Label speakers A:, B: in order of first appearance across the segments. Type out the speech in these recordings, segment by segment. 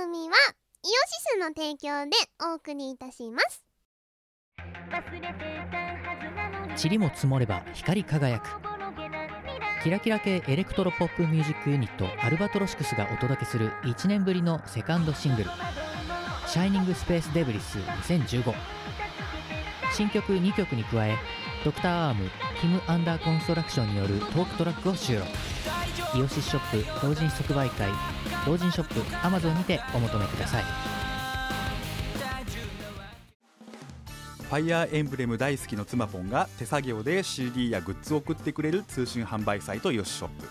A: イオシスの提供でお送りいたします
B: 塵も積もれば光り輝くキラキラ系エレクトロポップミュージックユニットアルバトロシクスがお届けする1年ぶりのセカンドシングル「シャイニングスペースデブリス2015」新曲2曲に加えドクターアームキム・アンダー・コンストラクションによるトークトラックを収録イオシスショップ同人即売会同人ショップ Amazon にてお求めください
C: ファイアーエンブレム大好きの妻ポンが手作業で CD やグッズを送ってくれる通信販売サイトヨシショップ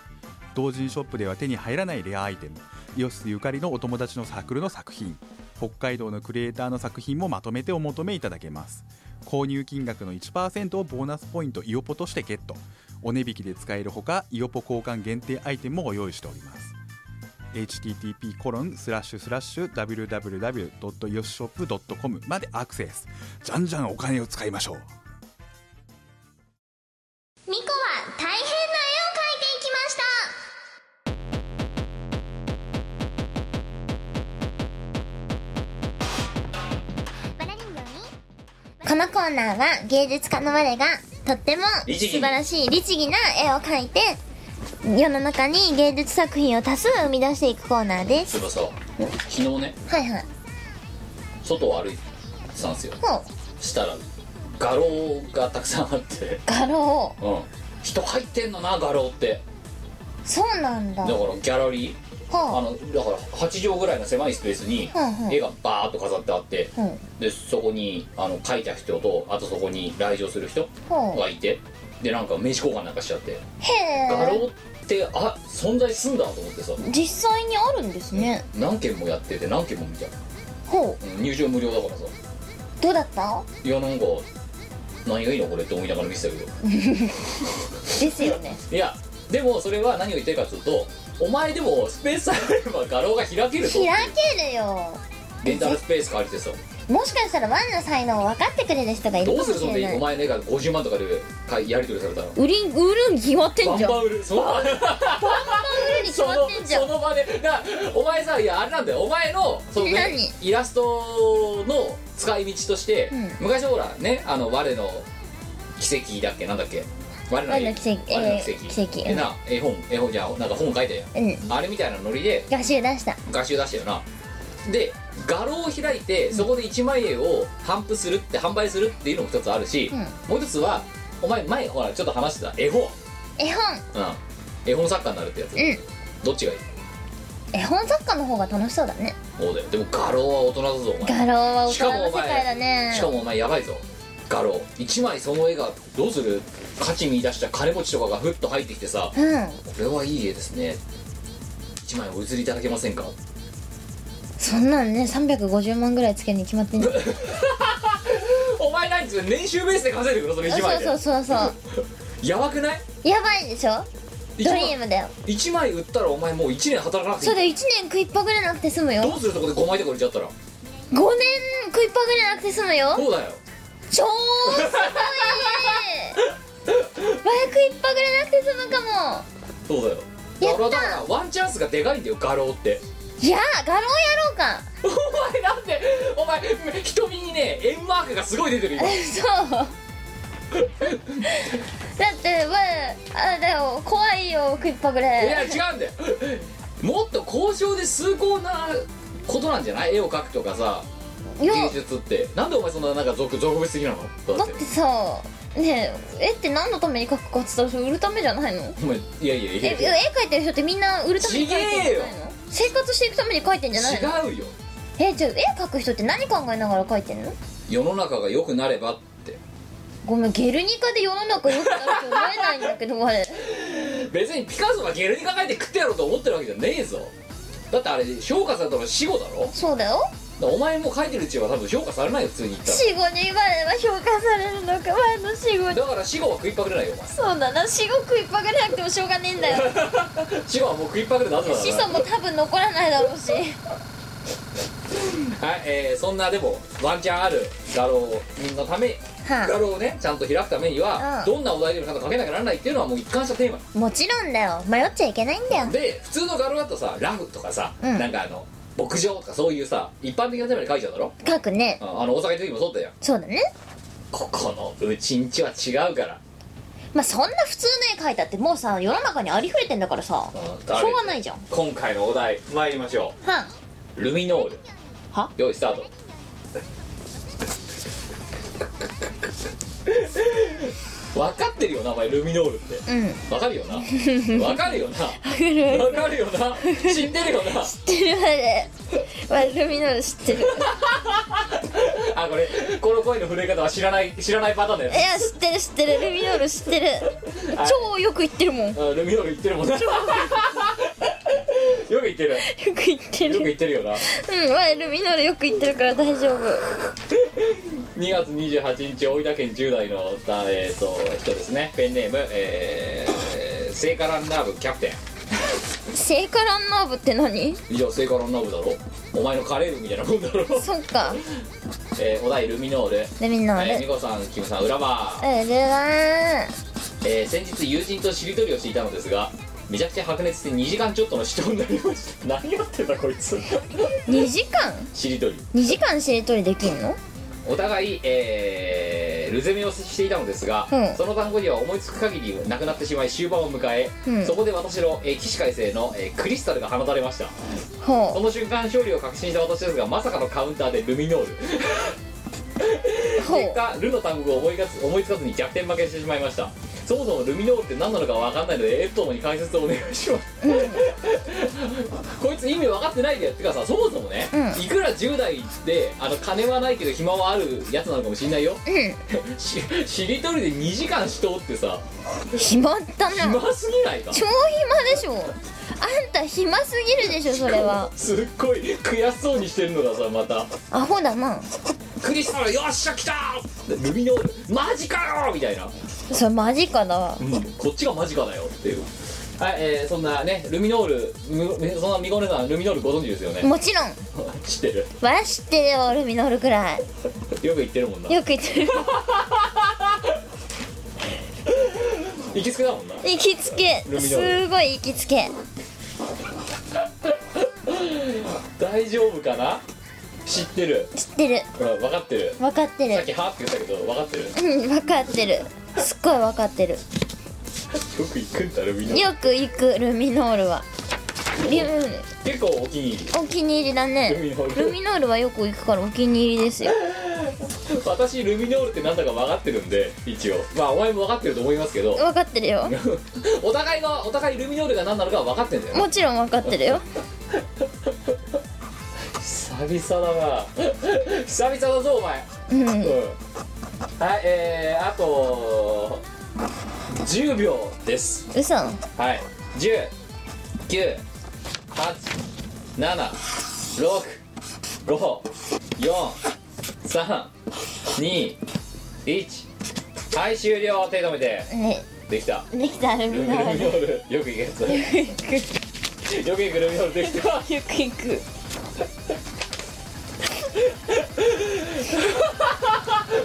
C: 同人ショップでは手に入らないレアアイテムヨシスゆかりのお友達のサークルの作品北海道のクリエイターの作品もまとめてお求めいただけます購入金額の1%をボーナスポイントイオポとしてゲットお値引きで使えるほかイオポ交換限定アイテムもご用意しております http コロンスラッシュスラッシュ www.yoshop.com までアクセスじゃんじゃんお金を使いましょう
A: ミコは大変な絵を描いていきましたこのコーナーは芸術家の我がとっても素晴らしい律儀な絵を描いて世の中に芸術作品を多数生み出していくコーナーです
D: そういえばさ昨日ね
A: はいはい
D: 外を歩いてたんですよ
A: ほう
D: したら画廊がたくさんあって
A: 画廊
D: うん人入ってんのな画廊って
A: そうなんだ
D: だからギャラリーあ
A: ほ
D: のだから8畳ぐらいの狭いスペースに
A: うんうん
D: 絵がバーッと飾ってあって、
A: ううん
D: でそこにあの描いた人とあとそこに来場する人
A: ほ
D: がいてでなんか名刺交換なんかしちゃって
A: うへ
D: 画
A: え
D: 廊ってあ存在すんだと思ってさ
A: 実際にあるんですね
D: 何件もやってて何件も見た
A: ほ
D: うん入場無料だからさ
A: うどうだった
D: いやなんか何がいいのこれって思いながら見てたけど
A: ですよね
D: いやでもそれは何を言ってるかというとお前でもスペースあれば画廊が開けるぞ
A: 開けるよ
D: レンタルスペース借りてさ
A: もしかしたらワンの才能を分かってくれる人がいるか
D: どう
A: も
D: するそ
A: し
D: ん
A: れな
D: でお
A: い
D: 前の絵が50万とかで買いやり取りされたら
A: 売り売るん決まって
D: バ
A: ん
D: ン
A: じゃん
D: バン売るその
A: 売るに決
D: そ
A: ま
D: の
A: ってんじゃん
D: その場でだからお前さいやあれなんだよお前のその、ね
A: 何、
D: イラストの使い道として、
A: うん
D: 昔ほらねあの我の奇跡だっけなんだっけ我の
A: 我の奇跡
D: 我の
A: えー
D: 奇跡
A: 奇跡
D: でな絵本絵本じゃあなんか本書いたよ、
A: うん
D: あれみたいなノリで
A: 画集出した
D: 画集出したよなで画廊を開いてそこで一枚絵を販布するって販売するっていうのも一つあるし、
A: うん
D: もう一つはお前前ほらちょっと話してた絵本、うん、
A: 絵本
D: 絵本作家になるってやつ、
A: うん
D: どっちがいい
A: 絵本作家の方が楽しそうだね
D: そうだよでも画廊は大人だぞお前
A: 画廊は大
D: しか
A: 人
D: も
A: の
D: お
A: 世
D: 前
A: 界だね
D: しかもお前やばいぞ画廊一枚その絵がどうする価値見出した金持ちとかがふっと入ってきてさ「こ
A: うん
D: れはいい絵ですね一枚お譲りいただけませんか?」
A: そんなんね350万ぐらいつけるに決まってんじゃん
D: お前何つう年収ベースで稼いでくるそれ一枚で
A: そうそうそうそう
D: やばくない
A: やばいでしょ
D: 一
A: ド
D: 枚
A: リームだよ
D: 1枚売ったらお前もう1年働かなくてい
A: それ
D: い
A: で1年食いっぱぐれなくて済むよ5
D: どうするそこで5枚とか売れちゃったら
A: 年食いっぱぐれなくて済むよ
D: そうだよ
A: 超すごい早くいっぱぐれなくて済むかも
D: そうだよ
A: やった
D: 俺はだからワンチャンスがでかいんだよ画廊って
A: いや画廊やろうか
D: お前なんでお前瞳にね円マークがすごい出 てる今
A: そうだってまああでも怖いよ食いっぱぐ
D: いや
A: れ
D: 違うんだよもっと交渉で崇高なことなんじゃない絵を描くとかさ
A: いや
D: 芸術ってなんでお前そんななんか俗俗物的なの
A: だ
D: だっ
A: っててさねえ絵って何のために描くかっつったらそれ売るためじゃないの
D: お前いやいやい
A: え
D: や
A: 絵
D: いや
A: 描いてる人ってみんな売るために描いてるんじゃないの生活していくために描いてんじゃないの
D: 違うよ
A: えじゃあ絵描く人って何考えながら描いてんの
D: 世の中が良くなればって
A: ごめんゲルニカで世の中良くなると思えないんだけど我
D: 別にピカソがゲルニカ書いて食ってやろうと思ってるわけじゃねえぞだってあれ評価されたのは死後だろだか
A: そうだよ
D: らお前も書いてるうちは多分評価されないよ普通に言った
A: 死後に我は評価されるのか我の死後に
D: らだから死後は食いっぱぐれないよお前
A: そうだな死後食いっぱぐれなくてもしょうがねえんだよ
D: 死後はもう食いっぱぐれた後だ
A: 子
D: か
A: 孫も多分残らないだろうし
D: らはいえー、そんなでもワンチャンある画廊のため
A: は
D: 画廊をねちゃんと開くためには、
A: うん
D: どんなお題でもちゃんと書けなきゃならないっていうのはもう一貫したテーマ
A: あもちろんだよ迷っちゃいけないんだよ
D: で普通の画廊だとさラフとかさ、
A: うん
D: なんかあの牧場とかそういうさ一般的なテーマに書いちゃうだろ
A: 書くね
D: うんあの大阪行った時もそうだよ
A: そうだね
D: ここのうちんちは違うから
A: まあそんな普通の絵描いたってもうさ世の中にありふれてんだからさ
D: う
A: し
D: ん
A: ょう
D: 誰
A: がないじゃん
D: 今回のお題参りましょ
A: は
D: うルミノール
A: は
D: 用意スタート分かってるよなお前ルミノールって
A: うん
D: 分かるよな分かるよな分かるよな知ってるよな
A: 知ってるわねわルミノール知ってるい
D: あこれこの声の震え方は知らない知らないパターンだよね
A: や知ってる知ってるルミノール知ってる
D: あ
A: 超よく言ってるもんよ
D: うんルミノール言ってるも んなよく言ってるよ
A: く言って
D: く
A: る
D: 言ってるよな
A: うんわルミノールよく言ってるから大丈夫
D: 2月28日大分県10代の、だえー、と人ですねペンネーム、えー、聖火ランナー部キャプテン
A: 聖火ランナー部って何
D: 以上聖火ランナー部だろお前のカレー部みたいなもんだろ、
A: そっか
D: えー、お題ルミノール、
A: ルミノ
D: え
A: ー
D: ー、
A: ル
D: 美子さんキムさん裏場、
A: うるわ
D: えー、先日友人としりとりをしていたのですがめちゃくちゃ白熱して2時間ちょっとの死闘になりました何やってんだこいつ
A: ー2時間
D: しりとり
A: 2時間しりとりできんの
D: お互い、えールゼメをしていたのですが、
A: うん
D: その単語には思いつく限りなくなってしまい終盤を迎え、
A: うん
D: そこで私の、えー起死回生の、えークリスタルが放たれましたそ
A: ほ
D: の瞬間勝利を確信した私ですがまさかのカウンターでルミノール
A: うほ
D: 結
A: う
D: 果ルの単語を思いがつ思いつかずに逆転負けしてしまいましたそもそもルミノールって何なのか分かんないのでエットもに解説をお願いしますこいつ意味分かってないでやってかさそもそもね、
A: う
D: いくら10代であの金はないけど暇はあるやつなのかもしんないよ
A: う
D: ししりとりで2時間死闘ってさ
A: ん暇だな
D: 暇すぎないか
A: 超暇でしょあんた暇すぎるでしょそれは
D: すっごい悔しそうにしてるのがさまた
A: アホだな
D: クリスタルよっしゃ来たールミノールマジかよみたいな、
A: それマジかだわ
D: うんこっちがマジかだよっていうはい、えーそんなねルミノールむそんなミコネさんルミノールご存知ですよね
A: もちろん
D: 知ってる
A: わら知ってるよルミノールくらい
D: よく言ってるもんな
A: よく言 ってる
D: 行きつけだもんな
A: 行きつけ
D: ルミノール
A: すごい行きつけ
D: 大丈夫かな知ってる、
A: 知ってる
D: うん、分かってる
A: 分かって
D: さ
A: る
D: っきはーって言ったけど分かってるよ
A: うん 分かってるすっごい分かってる
D: く行くんだルミノール
A: よく行くルミノールはルミ
D: 結構お気に入り
A: お気に入りだね
D: ルミノール
A: ルミノールはよく行くからお気に入りですよ
D: 私ルミノールってなんだか分かってるんで一応まあお前も分かってると思いますけど
A: 分かってるよ
D: お互いがお互いルミノールが何なのかは分かってんだよ
A: もちろん分かってるよ
D: 久々だな 久々だぞお前
A: うん
D: うんはいえー、あと10秒です
A: 嘘
D: はい1 0 9 8 7 6 5 4 3 2 1はい終了手止めて
A: ね
D: できた
A: できたル
D: ル
A: ミ
D: ミ
A: ノ
D: ノ
A: ール
D: ールよく行くやつだねよく行くルミノールできた
A: よく行く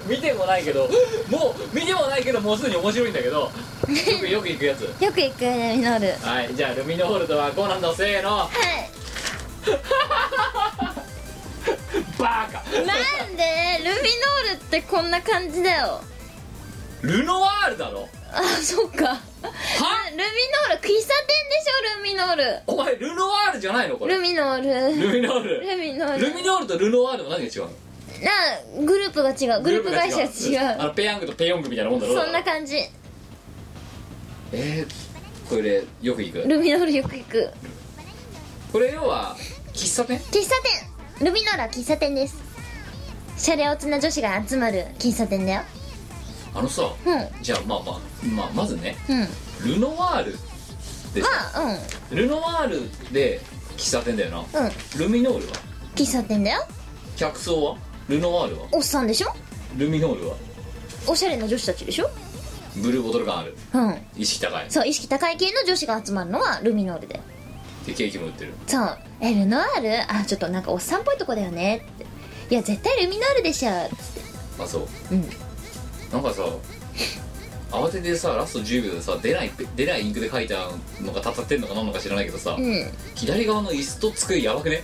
D: 見てもないけどもう見てもないけどもうすでに面白いんだけどよくよく行くやつ
A: よく行くルミノール
D: はいじゃあルミノールとはこうなんだせーの
A: はい
D: バーカ
A: なんでルミノールってこんな感じだよ
D: ルノワールだろ
A: あそっかはルミノール喫茶店でしょルミノール
D: お前ルノワールじゃないのこれ
A: ルミノール
D: ルミノール
A: ルミノール
D: ルミノールとルノワールの何が違うの
A: なグループが違うグループ会社が違
D: あ
A: う
D: のペヤングとペヨングみたいなもんだろ
A: そんな感じ
D: えー、これよく行く
A: ルミノールよく行く
D: これ要は喫茶店
A: 喫茶店ルミノールは喫茶店ですシャレオツな女子が集まる喫茶店だよ
D: あのさ
A: う
D: じゃあまあまあ、まあ、まずね
A: んうん
D: ルノワールで
A: ま
D: さ
A: あうん
D: ルノワールで喫茶店だよな
A: うん
D: ルミノールは
A: 喫茶店だよ
D: 客層はルノワールは
A: おっさんでしょ
D: ルミノールは
A: おしゃれな女子たちでしょ
D: ブルーボトル感ある
A: うん
D: 意識高い
A: そう意識高い系の女子が集まるのはルミノールで
D: でケーキも売ってる
A: そうえルノワールあちょっとなんかおっさんっぽいとこだよねっていや絶対ルミノールでしょ
D: あそう
A: うん
D: なんかさ慌ててさラスト10秒でさ出ない出ないインクで書いてあるのかたたってんのかなんのか知らないけどさ、
A: うん
D: 左側の椅子と机や ばくね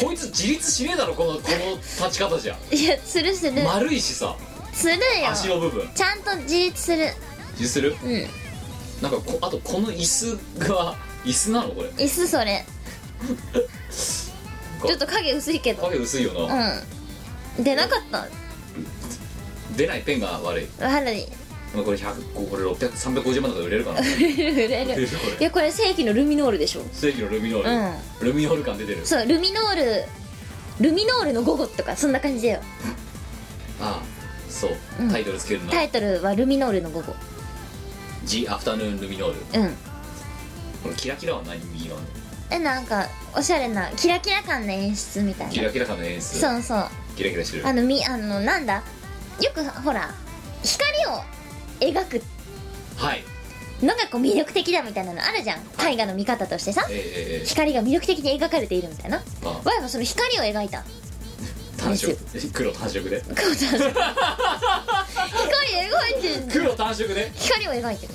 D: こいつ自立しねえだろこのこの立ち方じゃ
A: いやするする
D: 丸いしさ
A: するよ
D: 足の部分
A: ちゃんと自立する
D: 自する
A: うん
D: なんかこあとこの椅子が椅子なのこれ
A: 椅子それちょっと影薄いけど
D: 影薄いよな、
A: うん出なかった
D: 出ないペンが悪い
A: 悪い
D: これ100これ600350万とか売れるかな
A: 売れ
D: 売れ
A: る
D: る これ
E: いやこれ正規のルミノールでしょ
D: 正規のルミノール、
A: う
D: ルミノール感出てる
A: そうルミノールルミノールの午後とかそんな感じだよ
D: ああそう、
A: うん
D: タイトルつけるな
A: タイトルはルミノールの午後
D: 「ジ・アフタヌーン・ルミノール
A: うん」
D: このキラキラは何右側の
A: えなんかおしゃれなキラキラ感の演出みたい
D: キ
A: な
D: ラキラ感の演出
A: そうそう
D: キラキラしてる
A: あのみあのなんだよくほら光を描く
D: はい
A: のがこう魅力的だみたいなのあるじゃん絵画の見方としてさ
D: えー、えーえ
A: 光が魅力的に描かれているみたいな
D: ー、まあ
A: わいはその光を描いた
D: 単色黒単色で
A: 顔だ光を描いてる
D: 黒単色で
A: 光を描いてる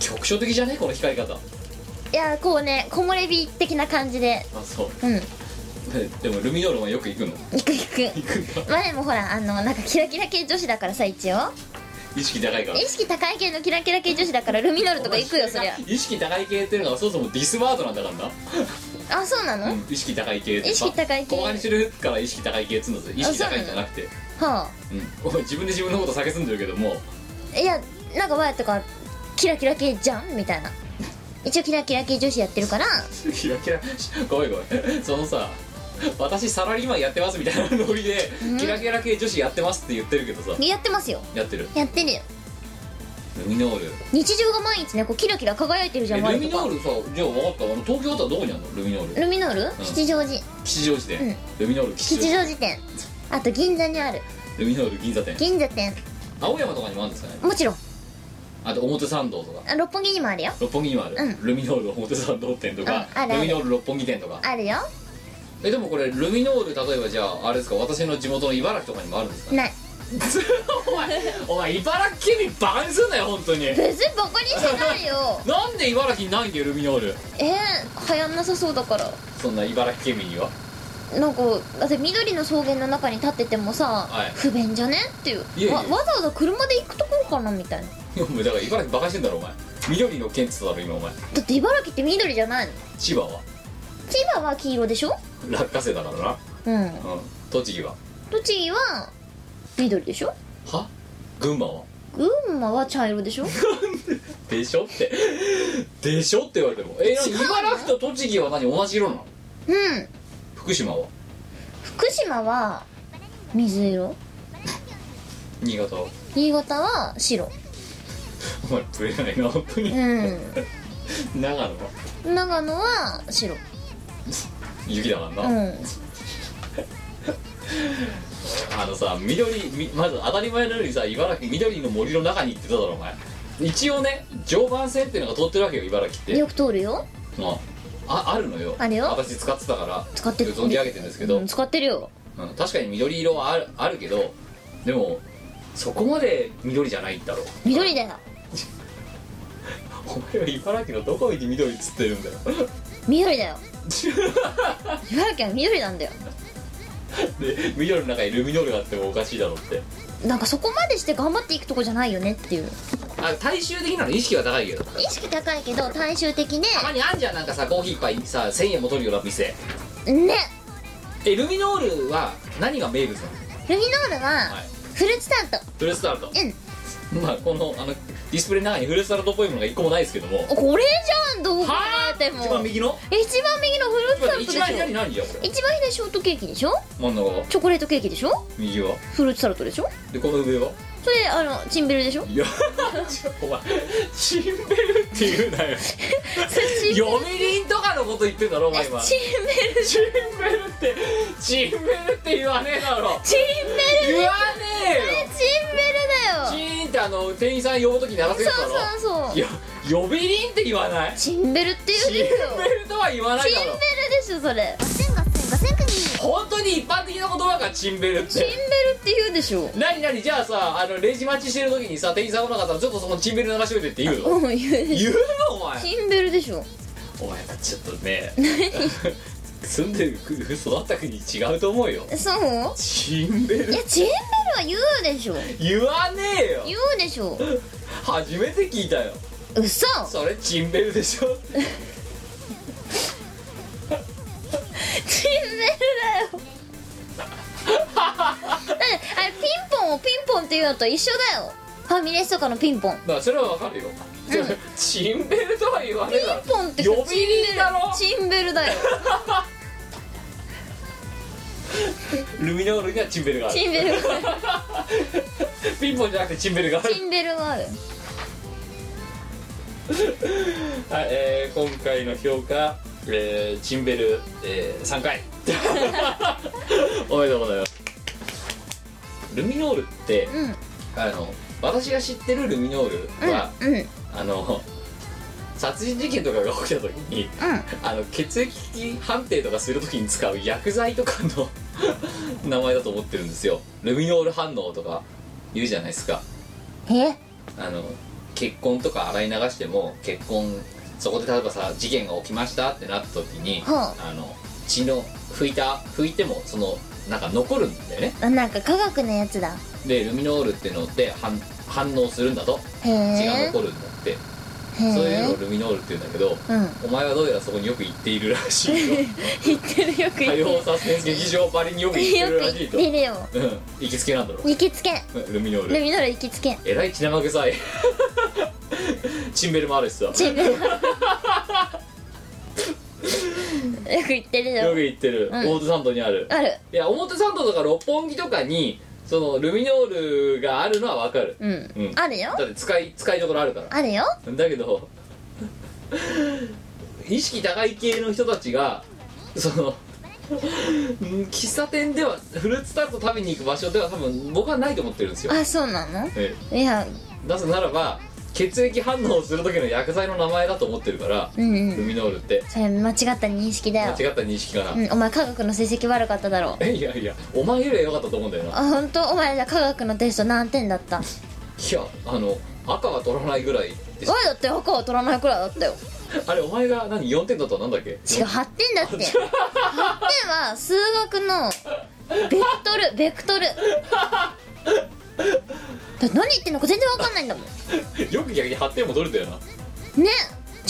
D: 局所的じゃねこの光り方
A: いやこうね木漏れ日的な感じで
D: あそう
A: うん
D: えでもルミノールはよく行くの
A: いくいく
D: 行くんだ
A: まあでもほらあのなんかキラキラ系女子だからさ一応
D: 意識高いから
A: 意識高い系のキラキラ系女子だからルミノールとか行くよそりゃ
D: 意識高い系っていうのはそもそもディスワードなんだからな
A: あそうなの、は
D: 意識高い系って
A: 意識高い系
D: 交換してるから意識高い系っつうんだぜ意識高いんじゃなくて
A: あ
D: うんお前自分で自分のこと酒すんでるけども
A: いやなんかわやとかキラキラ系じゃんみたいな一応キラキラ系女子やってるから
D: キラキラ ごめんごめんそ のさ私サラリーマンやってますみたいなノリで、キラキラ系女子やってますって言ってるけどさ
A: やってますよ
D: やってる
A: やってるよ
D: ルミノール
A: 日常が毎日ねこうキラキラ輝いてるじゃん
D: え
A: わ
D: ル
A: や
D: ミ
A: と
D: ノ
A: か
D: ールさじゃあ分かったあの東京だったらどこにあるのルミノール
A: ルミノール吉祥寺
D: 吉祥寺店、ルミノール吉祥
A: 吉
D: 寺
A: 祥寺店あと銀座にある
D: ルミノール銀座店
A: 銀座店
D: 青山とかにもあるんですかね
A: もちろん
D: あと表参道とか
A: あ六本木にもあるよ
D: 六本木にもある、
A: うん
D: ルミノール表参道店とか、
A: うんあるある
D: ルミノール六本木店とか
A: あるよ
D: えでもこれルミノール例えばじゃああれですか私の地元の茨城とかにもあるんですかね
A: ない
D: お前お前茨城県民バカにすんなよ本当に
A: 別にバカにしてない よ
D: なんで茨城にないんだよルミノール
A: えー、流行んなさそうだから
D: そんな茨城県民には
A: なんかだって緑の草原の中に立っててもさ、
D: はい
A: 不便じゃねっていう
D: いやいや
A: わわざわざ車で行くところかなみたいない
D: やお前だから茨城バカしてんだろお前緑の県っつっただろ今お前
A: だって茨城って緑じゃないの
D: 千葉は
A: 千葉は黄色でしょ
D: 落花生だから
A: うん
D: なうん栃木は
A: 栃木は緑でしょ
D: は群馬は
A: 群馬は茶色で しょ
D: でしょってでしょって言われてもえ何
A: 違うの
D: 茨城と栃木は何同じ色なの
A: うん
D: 福島は
A: 福島は水色
D: 新潟は
A: 新潟は白
D: お前ぶれないな本当に、
A: う
D: 長野は
A: ん長野は白
D: 雪だからな、
A: うん
D: あのさ緑みまず当たり前のようにさ茨城緑の森の中に行ってただろお前一応ね常磐線っていうのが通ってるわけよ茨城って
A: よく通るよ
D: まあああるのよ
A: あるよ
D: 私使ってたから
A: 使ってる
D: 存じ上げてるんですけど、
A: うん使ってるよ
D: うん確かに緑色はあるあるけどでもそこまで緑じゃないんだろ
A: 緑だよ
D: お前は茨城のどこに緑っつってるんだよ
A: 緑だよ茨城は緑なんだよ
D: で緑の中にルミノールがあってもおかしいだろうって
A: なんかそこまでして頑張っていくとこじゃないよねっていう
D: あ大衆的なの意識は高いけど
A: 意識高いけど大衆的で
D: たまにあんじゃんなんかさコーヒー一杯さ1000円も取るような店
A: ね
D: えルミノールは何が名物なの
A: ルミノールは
D: はい
A: フルーツタル
D: フルーツタルト
A: トうん
D: まあこのあのディスプレイの中にフルーツタルトっぽいものが一個もないですけども
A: おこれじゃんどう考えても
D: 一番右の
A: え一番右のフルーツタルト
D: 一
A: で
D: 番
A: しょ
D: 左何じゃんこれ
A: 一番左ショートケーキでしょ
D: 真ん中は
A: チョコレートケーキでしょ
D: 右は
A: フルーツタルトでしょ
D: でこの上は
A: それあのチンベルでしょ
D: いやお前シンベルって言うなよ
A: それチンベル
D: 嫁人とかのこと言ってんだろお前今
A: チ
D: シ
A: ンベル
D: ンベルってシンベルって言わねえだろ
A: チンベル
D: 言わねえよ
A: チン
D: チ
A: ベルだよ
D: ーンってあの店員さん呼ぶとき鳴らせるだろ
A: そうそう
D: い
A: そう
D: や呼び人って言わない
A: チンベルって言う
D: シン
A: でしょ
D: ベルとは言わな
A: チ
D: い
A: ン
D: だ
A: ベ
D: ろ
A: ルでしょそれガッセンガッセンガ
F: せん国
D: 本当に一般的な言葉がチンベルっ
A: チンベ
D: て
A: ルって言うでしょ
D: 何何じゃあさあのレジ待ちしてる時にさ店員さん来なかったらちょっとそこにチンベル流しといてって言うの
A: うん言うでしょ
D: 言うのお前
A: チンベルでしょ
D: お前たちょっとね住んでるく育った国違うと思うよ
A: そう
D: チンベ
A: い
D: ル
A: やチンベルは言うでしょ
D: 言わねえよ
A: 言うでしょ
D: 初めて聞いたよ
A: 嘘
D: それチンベルでしょ
A: チンベルだよだってあれピンポンをピンポンって言うのと一緒だよファミレスとかのピンポン
D: まあそれはわかるよ、 チンベルとは言わねえだろ
A: ピンポンって
D: 呼び鈴だろ
A: チンベルだよ
D: ルミノールにはチンベルがある
A: チンベルがある
D: ピンポンじゃなくてチンベルがある
A: チンベルがある
D: はい、えー、今回の評価、えー、チンベル、えー、3回 おめでとうございますルミノールって、
A: うん
D: あの私が知ってるルミノールは、
A: うんうん
D: あの殺人事件とかが起きた時にあの血液判定とかする時に使う薬剤とかの 名前だと思ってるんですよルミノール反応とか言うじゃないですか
A: え
D: あの結婚とか洗い流しても結婚そこで例えばさ事件が起きましたってなった時に、
A: は
D: あ、の血の拭いた拭いてもそのなんか残るんだよね
F: あなんか科学のやつだ
D: でルミノールってのって反反応するんだと
F: へ
D: 血が
F: え
D: 残るんだって、
F: へ
D: そういうのを
F: え
D: ルミノールって言うんだけど、
F: うん
D: お前はどうやらそこによく行っているらしいよ
A: 言ってるよく言
D: 多
A: ってる
D: 様サスペンス劇場ばりによく行ってるらしい
F: よく
D: と、
F: 言ってるよ
D: うん、行きつけなんだろ
F: 行きつけ
D: ルミノー
F: ル
D: ル
F: ミノール行きつけ
D: えら い血生臭いチンベルもあるし さ
F: チンベルよ
A: よく言ってる
D: よ
A: よ
D: く行ってる、
A: ん
D: 表参道にある
A: ある
D: いや表参道とか六本木とかにそのルミノールがあるのはわかる、
A: うん
D: うん
F: あるよ
D: だって使い使いどころあるから
F: あるよ
D: だけど 意識高い系の人たちがそのうん喫茶店ではフルーツタルト食べに行く場所では多分僕はないと思ってるんですよ、
A: あそうなの
D: え
A: いや
D: えなぜならば血液反応をする時の薬剤の名前だと思ってるから、
A: うんう
D: ル
A: ん
D: ミノールって
F: それ間違った認識だ
D: 間
F: よ、
D: 違った認識かな、
A: うんお前科学の成績悪かっただろう
D: いやいやお前よりは良かったと思うんだよな
A: あ本当お前ら科学のテスト何点だ った
D: いやあの赤は取らないぐらいでし
A: おいだって赤は取らないくらいだったよ
D: あれお前が何4点だったらなんだっけ
A: 違う8点だって8点は数学のベクトルベク トルだって何言ってんのか全然わかんないんだもん
D: よく逆に8点も取れたよな
A: ね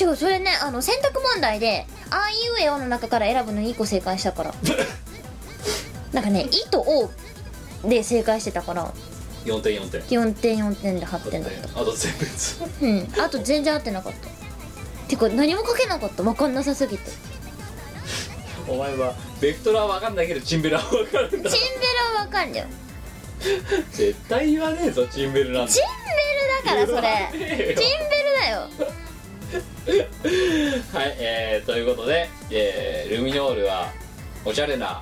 A: 違うそれねあの選択問題で「あいうえお」の中から選ぶのに1個正解したから なんかね「い」と「お」で正解してたから
D: 4点4点
A: 4点4点で8点だった
D: あと全部つ
A: うんあと全然合ってなかったてか何も書けなかったわかんなさすぎて
D: お前はベクトルは分かんないけどチンベルは分かるんだ
A: チンベルはわかんだよ
D: 絶対言わねえぞチンベルなんて
A: チンベルだからそれ
D: れ
A: チンベルだよ
D: はいえー、ということで、えールミノールはおしゃれな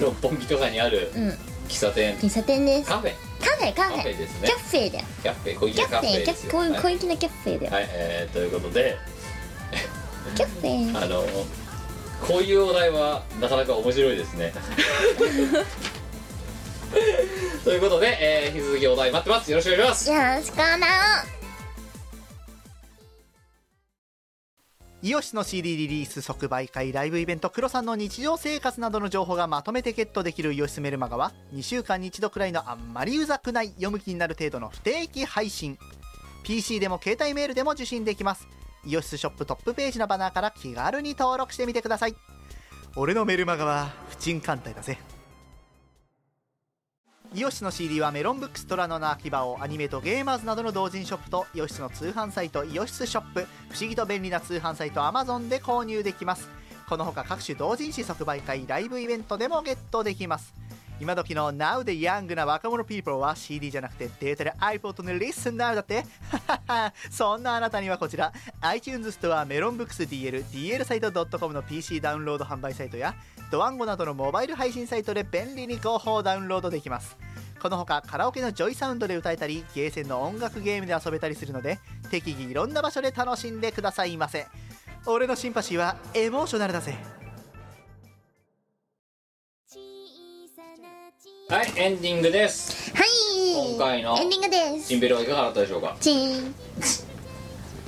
D: 六本木とかにある
A: うん
D: 喫茶店、
F: 喫茶店です
D: カフェ
F: カフェカフ
D: カフ
F: ェ
D: ェですね
F: キャッフェだよ
D: キャッフェ小
F: キャ
D: 池
F: ッ
D: カ
F: フ
D: フ
F: ェ
D: ェ
F: キャ
D: で
F: ッフ
D: す
F: ェ
D: よ
F: こういう
D: はい
F: 小粋なキャッフェだよ
D: はい、えー、ということで
F: キャッフェ
D: あのこういうお題はなかなか面白いです ねということで、えー引き続きお題待ってますよろしくお願いします
F: よろしくな
G: イオシスの CD リリース即売会ライブイベントクロさんの日常生活などの情報がまとめてゲットできるイオシスメルマガは2週間に1度くらいのあんまりうざくない読む気になる程度の不定期配信 PC でも携帯メールでも受信できますイオシスショップトップページのバナーから気軽に登録してみてください俺のメルマガは不沈艦隊だぜイオシスの CD はメロンブックストラノの秋葉をアニメとゲーマーズなどの同人ショップとイオシスの通販サイトイオシスショップ不思議と便利な通販サイト Amazon で購入できますこのほか各種同人誌即売会ライブイベントでもゲットできます今時の Now でヤングな若者 people は CD じゃなくてデータで iPod の Listen Now だって そんなあなたにはこちら iTunes ストアメロンブックス DL DL サイト .com の PC ダウンロード販売サイトやドワンゴなどのモバイル配信サイトで便利に広報ダウンロードできますこのほかカラオケのジョイサウンドで歌えたりゲーセンの音楽ゲームで遊べたりするので適宜いろんな場所で楽しんでくださいませ俺のシンパシーはエモーショナルだぜ
D: はいエンディングです
F: はい
D: 今回の
F: エンディングです
D: チンベルはいかがだったでしょうか
F: チーン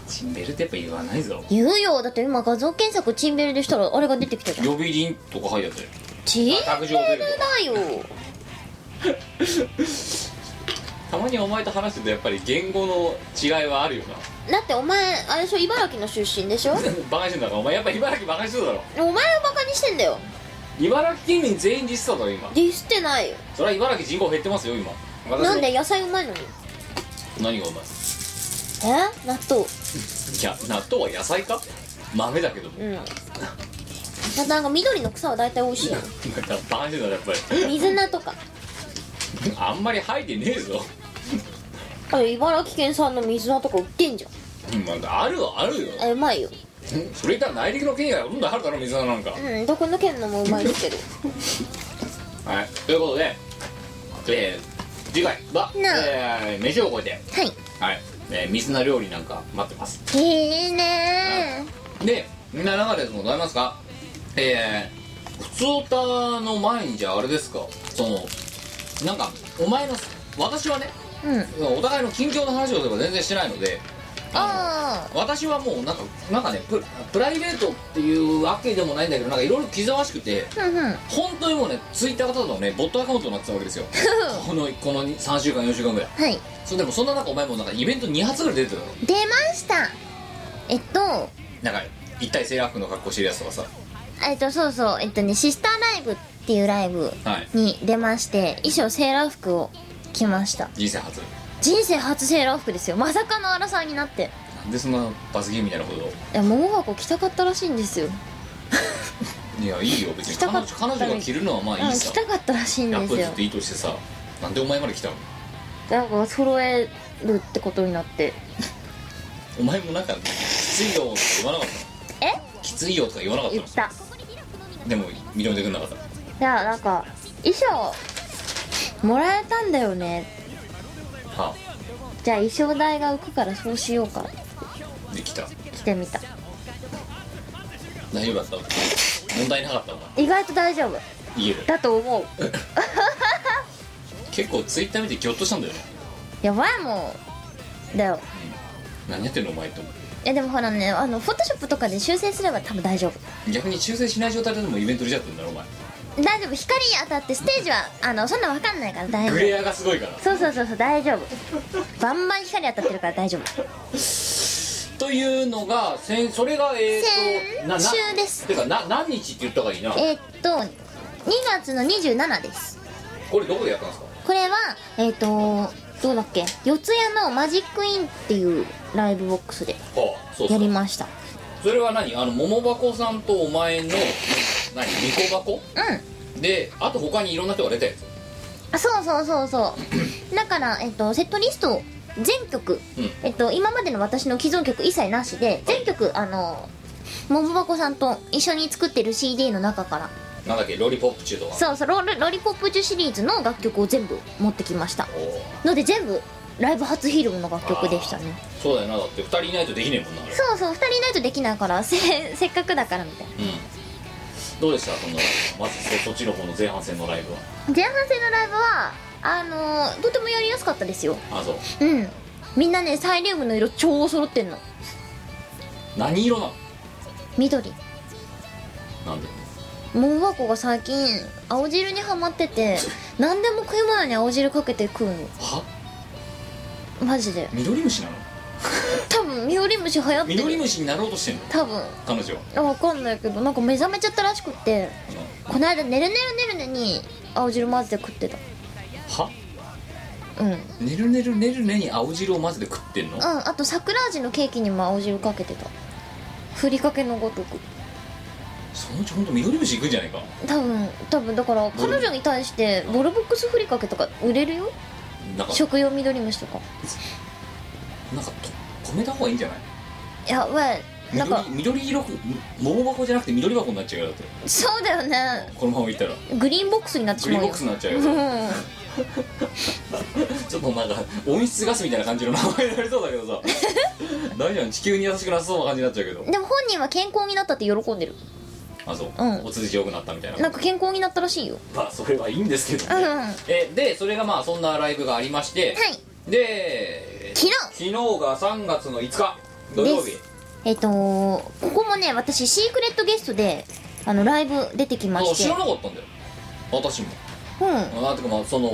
D: チンベルってやっぱ言わないぞ
A: 言うよだって今画像検索チンベルでしたらあれが出てきたじゃん
D: 予備輪とか入ってたよ
A: チンベル
D: 卓上ベルとか
A: だよ
D: たまにお前と話してるとやっぱり言語の違いはあるよな
A: だってお前あれでしょ茨城の出身でしょ
D: バカにしてんだからお前やっぱ茨城バカにしてるだろ
A: お前をバカにしてんだよ
D: 茨城県民全員ディスっただろ今
A: ディスってないよ
D: それは茨城人口減ってますよ今私
A: なんで野菜うまいのに
D: 何がうまい
A: え納豆
D: いや納豆は野菜か豆だけども
A: うんだってなんか緑の草は大体美味しいよ
D: なんかバカにしてんだろやっぱ
A: 水菜とか
D: りあんまり生えてねえぞ
A: あれ茨城県産の水菜とか売ってんじゃん
D: うんなんかあるはあるよ
A: あれうまいよ
D: それ言ったら内陸の県やほとんどあるだろ水菜なんか
A: うんどこの県のもうまいですけど
D: はいということでえー、次回は、
F: なあ
D: えー、飯を超えて
F: はい
D: はい、えー、水菜料理なんか待ってます
F: いいね
D: でみんな流れでもございますかえー、普通歌の前にじゃああれですかそのなんかお前の私はね、お互いの近況の話をすれば全然してないので
F: あ
D: 私はもうなんかなんかねププライベートっていうわけでもないんだけどなんかいろいろ気ざわしくて
F: ーうんうん
D: 本当にもうねツイッターとかのねボットアカウントになってたわけですよこのこの3週間4週間ぐらい
F: はい
D: それでもそんな中お前もうなんかイベント2発ぐらい出てたの
F: 出ましたえっと
D: なんか一体セーラー服の格好してるやつとかさ
F: えっとそうそうえっとねシスターライブっていうライブ
D: はい
F: に出まして衣装セーラー服を着ました
D: 人生初
F: 人生初セーラー服ですよまさかのアラサーになって
D: なんでそんな罰ゲームみたいなことを
A: いや桃箱着たかったらしいんですよ
D: いやいいよ別に
A: た
D: 彼
A: かった
D: 女彼女が着るのはまあ
A: うん
D: いい
A: 着
D: さ
A: たかったらしいん
D: やっ
A: です
D: ぱり
A: よ
D: ずっといいとしてさなんでお前まで来たの
A: なんか揃えるってことになって
D: お前もなんかきついよとか言わなかった
A: え
D: きついよとか言わなかった
A: 言った
D: のでも認めてくれなかった
A: いやなんか衣装もらえたんだよね
D: は
A: じゃあ衣装代が浮くからそうしようか
D: あできた
A: 着てみた
D: 大丈夫だった問題なかったのか
A: 意外と大丈夫
D: 家で
A: だと思う
D: 結構ツイッター見てギョッとしたんだよね
A: やばいもんだよ
D: 何やってんのお前と思って
A: いやでもほらねあのフォトショップとかで修正すれば多分大丈夫
D: 逆に修正しない状態でもイベント出ちゃってんだろお前
A: 大丈夫光当たってステージはあのそんなわかんないから大丈
D: グ
A: 夫
D: レアがすごいから
A: そうそうそうそう大丈夫バンバン光当たってるから大丈夫
D: というのが先それがえーとなな
F: 先週です
D: てかな何日って言ったかいいな
F: えっと2月の27です
D: これどこでやったんですか
F: これはえっとどうだっけ四谷のマジックインっていうライブボックスで
D: はあそうっす
F: や
D: か
F: りました
D: それは何あの桃箱さんとお前の何ニコ箱であと他にいろんな人が出たやつ
F: あそうそうそうそうだから、えっと、セットリストを全曲、
D: うん
F: えっと、今までの私の既存曲一切なしで全曲あの桃箱さんと一緒に作ってる CD の中から
D: なんだっけロリポップ中とか
F: そうそうロールロリポップ中シリーズの楽曲を全部持ってきました
D: おー
F: ので全部ライブ初披露の楽曲でしたね
D: そうだよなだって2人いないとできねえもんなあれ
F: そうそう2人いないとできないからせ せっかくだからみたいな
D: うんどうでしたそのまずそそっちの方の前半戦のライブは
F: 前半戦のライブはあのとてもやりやすかったですよ
D: あそう
F: うんみんなねサイリウムの色超揃ってんの
D: 何色なの
F: 緑
D: なんで
F: 桃箱が最近青汁にハマって て何でも食い物に青汁かけて食うの
D: は
F: マジで
D: 緑虫なの
F: 多分ミオリムシ流行って
D: 緑
F: る
D: 虫になろうとしてんの
F: 多分
D: 彼女は
F: あわかんないけどなんか目覚めちゃったらしくってこの間「ねるねるねるね」に青汁混ぜて食ってた
D: は
F: うんうん
D: ねるねるねるねに青汁を混ぜて食ってんの
F: あと桜味のケーキにも青汁かけてたふりかけのごとく
D: そのうちほんと緑虫いくんじゃないか
F: 多分多分だから彼女に対してボロボックスふりかけとか売れるよ
D: なんか
F: 食用緑虫とか
D: なんかと止めた方がいいんじゃない
F: やばいなんか
D: 緑緑色く桃箱じゃなくて緑箱になっちゃうよだって
F: そうだよね
D: このままいったら
F: グリーンボックスになってし
D: グリー
F: ま
D: ン
F: う
D: ボ
F: よ
D: ックスになっちゃうよ
F: うん
D: ちょっとなんか温室ガスみたいな感じの名前になりそうだけ どさ大丈夫地球に優しくなさそうな感じになっちゃうけど
F: でも本人は健康になったって喜んでる
D: あそう、
A: うん
D: お通じ良くなったみたいな
A: なんか健康になったらしいよ
D: まあそれはいいんですけど
A: うん
D: ね、
A: うんはい
D: えでそれがまあそんなライブがありまして、で
A: 昨日
D: 昨日が3月の5日土曜日
A: でえっ、とここもね私シークレットゲストであのライブ出てきま
D: あ
A: して
D: 知
A: う
D: らなかったんだよ私も
A: ん
D: あてかまあその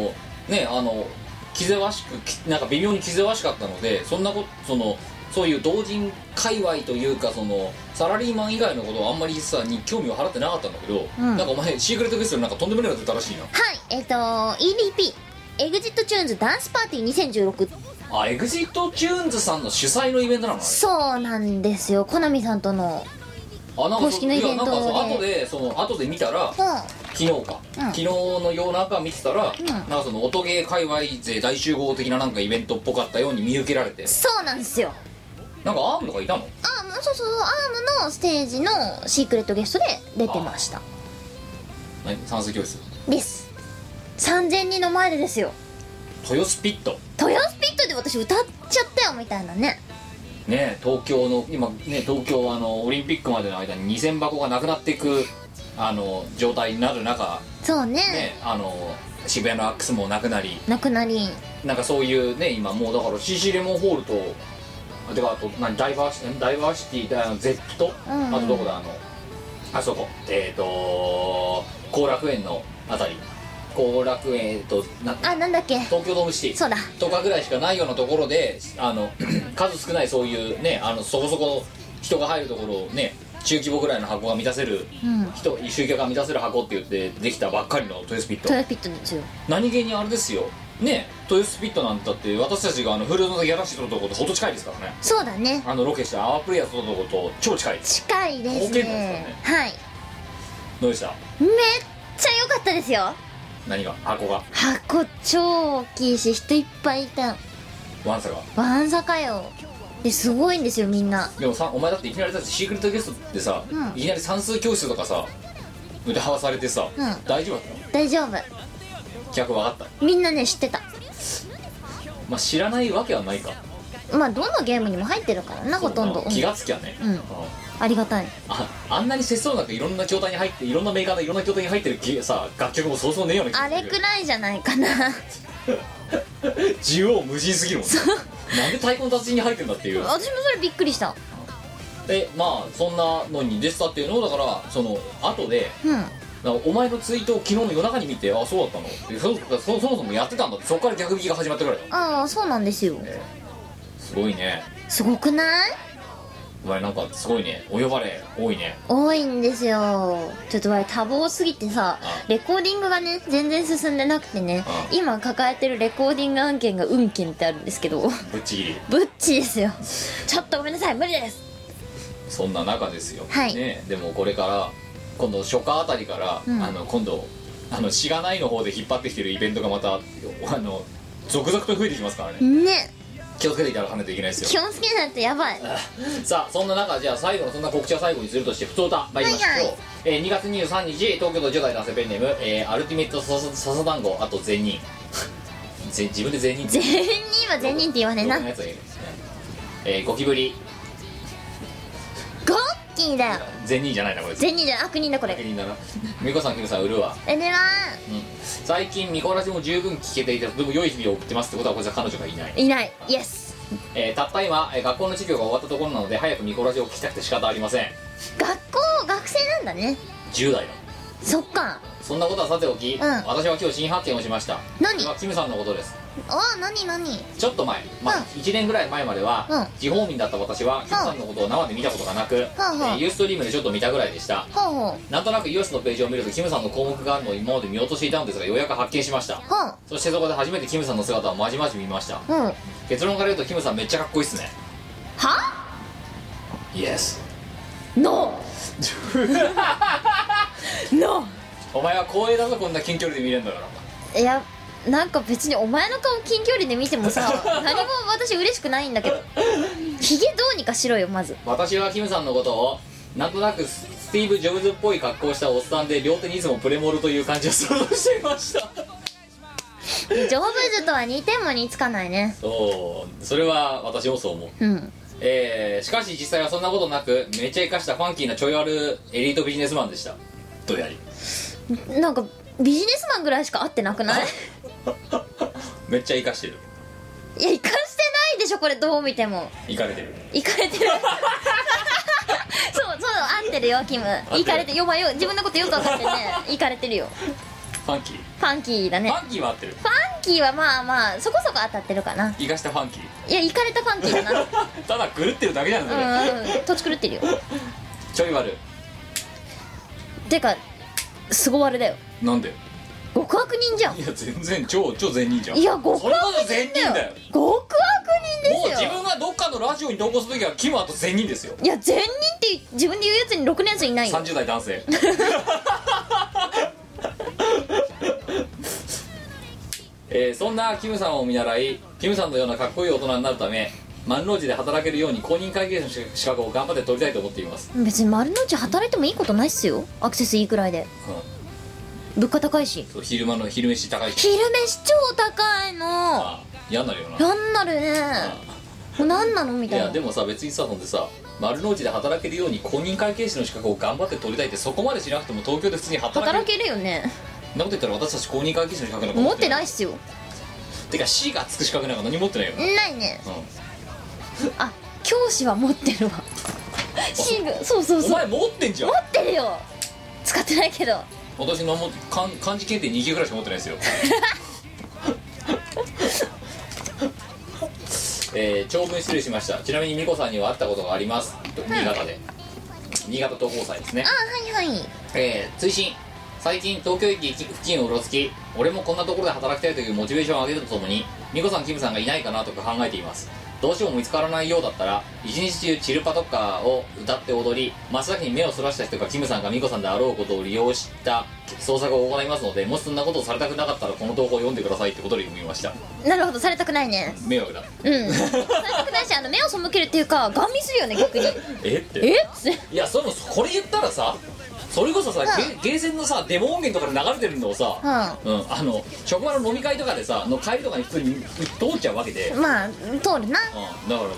D: ねあの気ぜわしくきなんか微妙に気ぜわしかったのでそんなことそのそういう同人界隈というかそのサラリーマン以外のことをあんまりさに興味を払ってなかったんだけど、
A: ん
D: なんかお前シークレットゲストでなんかとんでもないのが出たらしいな
A: はいえっ、と EDP エグジットチューンズダンスパーティー2016
D: あエグジットチューンズさんの主催のイベントなのあれ
A: そうなんですよコナミさんとの
D: あなんか
A: 公式のイベントで
D: いやなんかそう後でその後で見たら
A: うん
D: 昨日か、昨日の夜中見てたら、なんかその音ゲー界隈勢大集合的ななんかイベントっぽかったように見受けられて
A: そうなんですよ
D: なんかアームとかいたの
A: アームそうそうそうアームのステージのシークレットゲストで出てました
D: 何算数教室
A: です3000人の前でですよ
D: 豊洲ピット
A: 豊洲ピットで私歌っちゃったよみたいなね
D: ね東京の今ね東京はあのオリンピックまでの間に2000箱がなくなっていくあの状態になる中
A: そうね
D: ねあの渋谷のアックスもなくなり
A: なくなり
D: なんかそういうね今もうだから CC レモンホールとあてかあと何ダイバーシダイバーシティだゼップと、
A: うん
D: あとどこだあのあそこえっ、と後楽園のあたり後楽園えっ、とな
A: あなんだっけ
D: 東京ドームシティ
A: そうだ
D: とかぐらいしかないようなところであの 数少ないそういうねあのそこそこ人が入るところをね中規模ぐらいの箱が満たせる
A: うん
D: 人集客が満たせる箱って言ってできたばっかりのトヨスピット
A: 豊洲ピットですよ
D: 何気にあれですよね豊洲ピットなんだって私たちがあのフルードのギャラシー撮るとことほど近いですからね
A: そうだね
D: あのロケしたアワープレイヤー撮るとこと超近いです
A: 近いです
D: 貢献なん
A: ね
D: です
A: はい
D: どうでした
A: めっちゃ良かったですよ
D: 何が箱が
A: 箱超大きいし人いっぱいいた
D: ワンサが
A: わんさかよですごいんですよみんな
D: でもさお前だっていきなりだってシークレットゲストってさ、
A: うん
D: いきなり算数教室とかさ歌わされてさ、
A: うん
D: 大丈夫だったの
A: 大丈夫
D: 客分かった
A: みんなね知ってた
D: まあ知らないわけはないか
A: まあどのゲームにも入ってるからなほとんど、うん
D: 気がつきゃね、
A: うんありがたい
D: ああんなに節操なくいろんな筐体に入っていろんなメーカーでいろんな筐体に入ってるゲさ楽曲もそうそうねえような気が
A: あ
D: する
A: れくらいじゃないか な
D: 縦横無尽すぎるもんねなんで太鼓の達人に入ってんだっ ていう
A: 私もそれびっくりした
D: でまあそんなのに出てたっていうのをだからその後で
A: うん
D: なんかお前のツイートを昨日の夜中に見てあそうだったのってそそそもそもやってたんだってそこから逆引きが始まってからいだよ
A: ああそうなんですよ
D: すごいね
A: すごくない
D: お前なんかすごいねお呼ばれ多いね
A: 多いんですよちょっとあれ多忙すぎてさ
D: うん
A: レコーディングがね全然進んでなくてね
D: うん
A: 今抱えてるレコーディング案件が運件ってあるんですけど
D: ぶっちぎり
A: ぶっちですよちょっとごめんなさい無理です
D: そんな中ですよ、
A: はい
D: ね、でもこれから今度初夏あたりから、
A: うん
D: あの今度あのしがないの方で引っ張ってきてるイベントがまたあの続々と増えてきますからね
A: ね
D: 気をつけていただかないといけないですよ
A: 基本好きなってやばい
D: さあそんな中じゃあ最後のそんな告知は最後にするとして普通歌参りましょう、
A: はいはい
D: えー2月23日東京都10代男性ペンネーム、えーアルティメットささ笹団子あと善人 ぜ自分で善人って
A: 全人は全人って言わねえな
D: どん
A: ゴ
D: な
A: ッ
D: やつがいるんですねえーゴキブリ
A: キーだよ
D: 善人じゃないなこれ
A: 全人じゃ悪人だこ
D: 悪
A: れ
D: 人だな美子さんキムさん売るわ
A: えでは
D: うん最近ミコラジも十分聞けていてとても良い日々を送ってますってことはこれじゃ彼女がいない、
A: いないイエス
D: えーたった今、えー学校の授業が終わったところなので早くミコラジを聞きたくて仕方ありません
A: 学校学生なんだね
D: 10代だ
A: そっか
D: そんなことはさておき、
A: ん
D: 私は今日新発見をしました
A: 何
D: それはキムさんのことです
A: おなになに
D: ちょっと前、まあ
A: うん
D: 1年ぐらい前までは、
A: うん
D: 地方民だった私はキムさんのことを生で見たことがなく、
A: うんうん
D: ユーストリームでちょっと見たぐらいでした
A: ほうほう
D: なんとなくユースのページを見るとキムさんの項目があるのを今まで見落としていたのですがようやく発見しました
A: ほ
D: そしてそこで初めてキムさんの姿をまじまじ見ました
A: ううん
D: 結論から言うとキムさんめっちゃかっこいいっすね
A: は
D: イエス
A: ?No! No!
D: お前は光栄だぞこんな近距離で見れるんだから
A: いやなんか別にお前の顔近距離で見てもさ何も私嬉しくないんだけどヒゲどうにかしろよまず
D: 私はキムさんのことをなんとなくススティーブ・ジョブズっぽい格好をしたおっさんで両手にいつもプレモルという感じを想像していました
A: ジョブズとは似ても似つかないね
D: そうそれは私もそう思う
A: うん
D: えーしかし実際はそんなことなくめちゃ生かしたファンキーなちょい悪エリートビジネスマンでしたどうやり
A: なんかビジネスマンぐらいしか会ってなくない
D: めっちゃ生かしてる
A: いや生かしてないでしょこれどう見ても
D: 行かれてる
A: 行かれてる そうそう合ってるよキム
D: る
A: 行かれてよまよ自分のことよく分かってね行かれてるよ
D: ファンキー
A: ファンキーだ
D: フ
A: ねフ
D: ァンキーは合ってる
A: ァンキーはまあまあそこそこ当たってるかな
D: 生かしたファンキー
A: いや行かれたファンキーだな
D: ただ狂ってるだけじゃんそれ
A: うんうん土地狂ってるよ
D: ちょい悪
A: てかすごわれだよ
D: なんで
A: 極悪人じゃん
D: いや全然超超善人じゃん
A: いや極悪
D: それこそ善人
A: 人
D: だ
A: だ
D: よ
A: よ極悪
D: もう
A: 人です
D: 自
A: よ
D: 分がどっかのラジオに投稿するときはキムあと善人ですよ
A: いや善人って自分で言うやつにろくなやついないよ
D: 30代 男性えーそんなキムさんを見習いキムさんのようなかっこいい大人になるため万能寺で働けるように公認会計士の資格を頑張って取りたいと思っています、
A: 別に丸の内働いてもいいことないっすよアクセスいいくらいで
D: う
A: 物価高いし
D: んそう昼間の昼飯高いし
A: 昼飯超高いの
D: ああ嫌になるよな
A: やんなるね
D: あ
A: もう何なのみ
D: い
A: たいな
D: やでもさ別にさほんでさ丸の内で働けるように公認会計士の資格を頑張って取りたいってそこまでしなくても東京で普通に働ける
A: 働けるよね
D: そんなこと言ったら私たち公認会計士の資格なんか
A: 持ってないいっすよ
D: てか C がつく資格なんか何も持ってないよな、
A: ないね
D: うん
A: あ教師は持ってるわシングそうそうそ
D: お
A: う持
D: 前持ってんじゃん
A: ってるよ使ってないけど
D: 私のも漢漢字検定2級ぐらいしか持ってないですよ えー長文失礼しましたちなみに美子さんには会ったことがあります新潟で新潟東高祭ですね
A: あはいはい
D: えー、追伸最近東京駅付近をうろつき俺もこんなところで働きたいというモチベーションを上げるとともに美子さんキムさんがいないかなとか考えていますどうしても見つからないようだったら一日中チルパとかを歌って踊り真っ先に目をそらした人がキムさんか美子さんであろうことを利用した捜索を行いますのでもしそんなことをされたくなかったらこの投稿を読んでくださいってことで読みました
A: なるほどされたくないね
D: 迷惑だ
A: うんされたくないしあの目を背けるっていうかガン見するよね 逆に
D: えって
A: えっつって
D: いやそれもこれ言ったらさそれこそさ、ゲゲーセンのさデモ音源とかで流れてるのをさ、
A: うん
D: うん、あの職場の飲み会とかでさの帰りとかに普通に通っちゃうわけで、うん、だか
A: まあ通るな
D: ら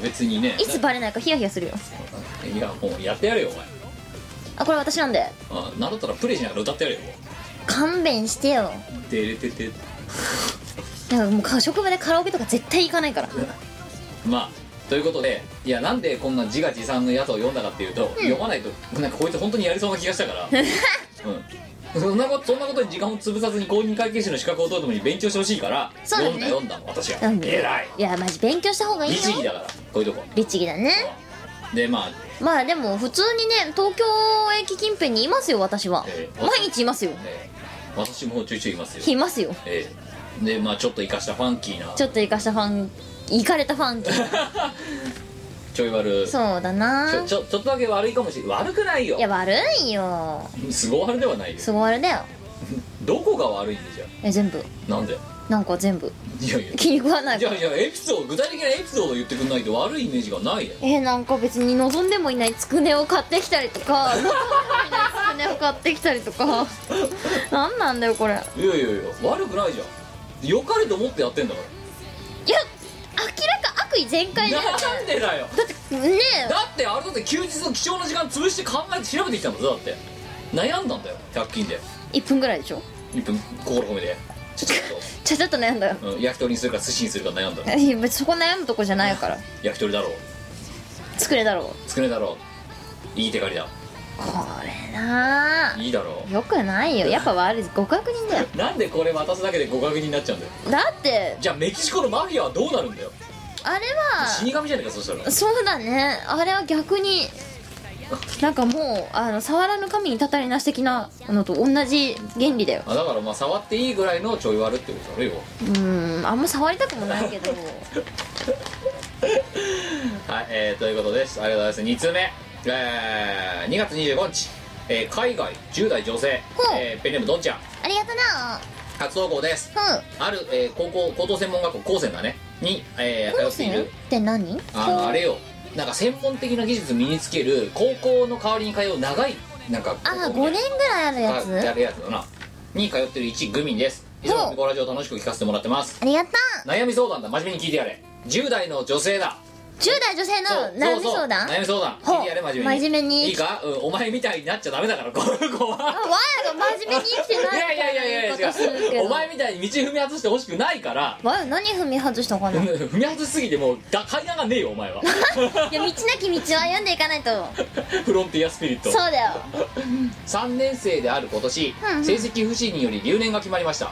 D: 別にね
A: いつバレないかヒヤヒヤするよ
D: いやもうやってやれよ
A: あこれ私なんで
D: お前、うん、なんだったらプレイしながら歌ってやれよ
A: 勘弁してよ
D: デレテテ
A: なんかもうか職場でカラオケとか絶対行かないから
D: まあということでいやなんでこんな自画自賛のやつを読んだかっていうと、読まないとなんかこいつ本当にやりそうな気がした から、うん、そんなことそんなことに時間を潰さずに公認会計士の資格を取るために勉強してほしいから、
A: そうだ
D: 読
A: ね
D: んだ読んだの私が、
A: うん
D: 偉い
A: いやマジ勉強した方がいいよ
D: 律儀だからこういうとこ
A: 律儀だね
D: でまあ
A: まあでも普通にね東京駅近辺にいますよ私は
D: ええ
A: 毎日いますよ
D: えー私もちょいちょいいます
A: い
D: よ、
A: ますよ
D: えーでまあちょっと生かしたファンキーな
A: ちょっと生かしたファン行かれたファン キー
D: ちょい悪ちょ
A: そうだな
D: ちょちょっとだけ悪いかもしれない悪くないよ
A: いや悪いよ
D: すご悪ではないよ
A: すごいあれだよ
D: どこが悪いんでじゃ
A: え全部
D: あなんで
A: なんか全部
D: いやいや
A: 気に食わない
D: じゃあいやエピソード具体的なエピソードを言ってくんないと悪いイメージがないよ
A: えー、なんか別に望んでもいないつくねを買ってきたりとか 望んでもいないつくねを買ってきたりと かなんなんだよこれいや
D: いやいやいや悪くないじゃん良かれと思ってやってんだか
A: 明らか悪意全開
D: ら
A: だよ
D: なんでだよ
A: だってねえ
D: だってあれだって休日の貴重な時間潰して考えて調べてきたんだぞだって悩んだんだよ100均で
A: 1分ぐらいでしょ
D: 1分心込めてちょちょっと
A: ちょちょっと悩んだよ
D: うん、焼き鳥にするか寿司にするか悩んだ
A: いや別にそこ悩むとこじゃないから
D: 焼き鳥だろう
A: 作れだろう
D: つくねだろういい手借りだ
A: これない
D: いだろ
A: あよくないよやっぱ悪い極悪人だよ
D: うなんでこれ渡すだけで互角になっちゃうんだよ
A: だって
D: じゃあメキシコのマフィアはどうなるんだよ
A: あれ
D: 死神じゃねえかそしたら
A: はそうだねあれは逆になんかもうあの触らぬ神にたたりなし的なのと同じ原理だよ
D: あだからまあ触っていいぐらいのちょい割るってことだろよ
A: うーんあんま触りたくもないけど
D: はい、えー、ということですありがとうございます2通目えー、2月25日、えー海外10代女性、
A: ほう
D: えーペンネームどんちゃん
A: ありがとな
D: 初投稿です
A: うん
D: ある、えー高校高等専門学校高専だねに、えー、通っている
A: って何
D: あのあれよなんか専門的な技術身につける高校の代わりに通う長いなんか
A: あ
D: 高
A: 五5
D: 校み
A: 年ぐらいあるや
D: たいなあ
A: つ
D: るやつだなに通ってる一グミンですいつも
A: ほう
D: ミコラジオ楽しく聞かせてもらってます
A: ありがとう
D: 悩み相談だ真面目に聞いてやれ10代の女性だ
A: 代女性の悩み相談
D: 悩み相談
A: ほう
D: 聞いてやれ真面目に
A: 真面目に
D: いいか、うん、お前みたいになっちゃダメだからこの子は
A: あわやが真面目に生きて
D: い
A: ない
D: や
A: み
D: いやい
A: たい
D: やい
A: な
D: や
A: 言い方するけ
D: 違う
A: ど
D: お前みたいに道踏み外してほしくないから
A: わや何踏み外したのか
D: う
A: なんい
D: 踏み外しすぎてもうだ階段がねえよ お前は
A: や道なき道を歩んでいかないと
D: フロンティアスピリット
A: そうだよ
D: 3年生である今年、
A: うんうん
D: 成績不振により留年が決まりました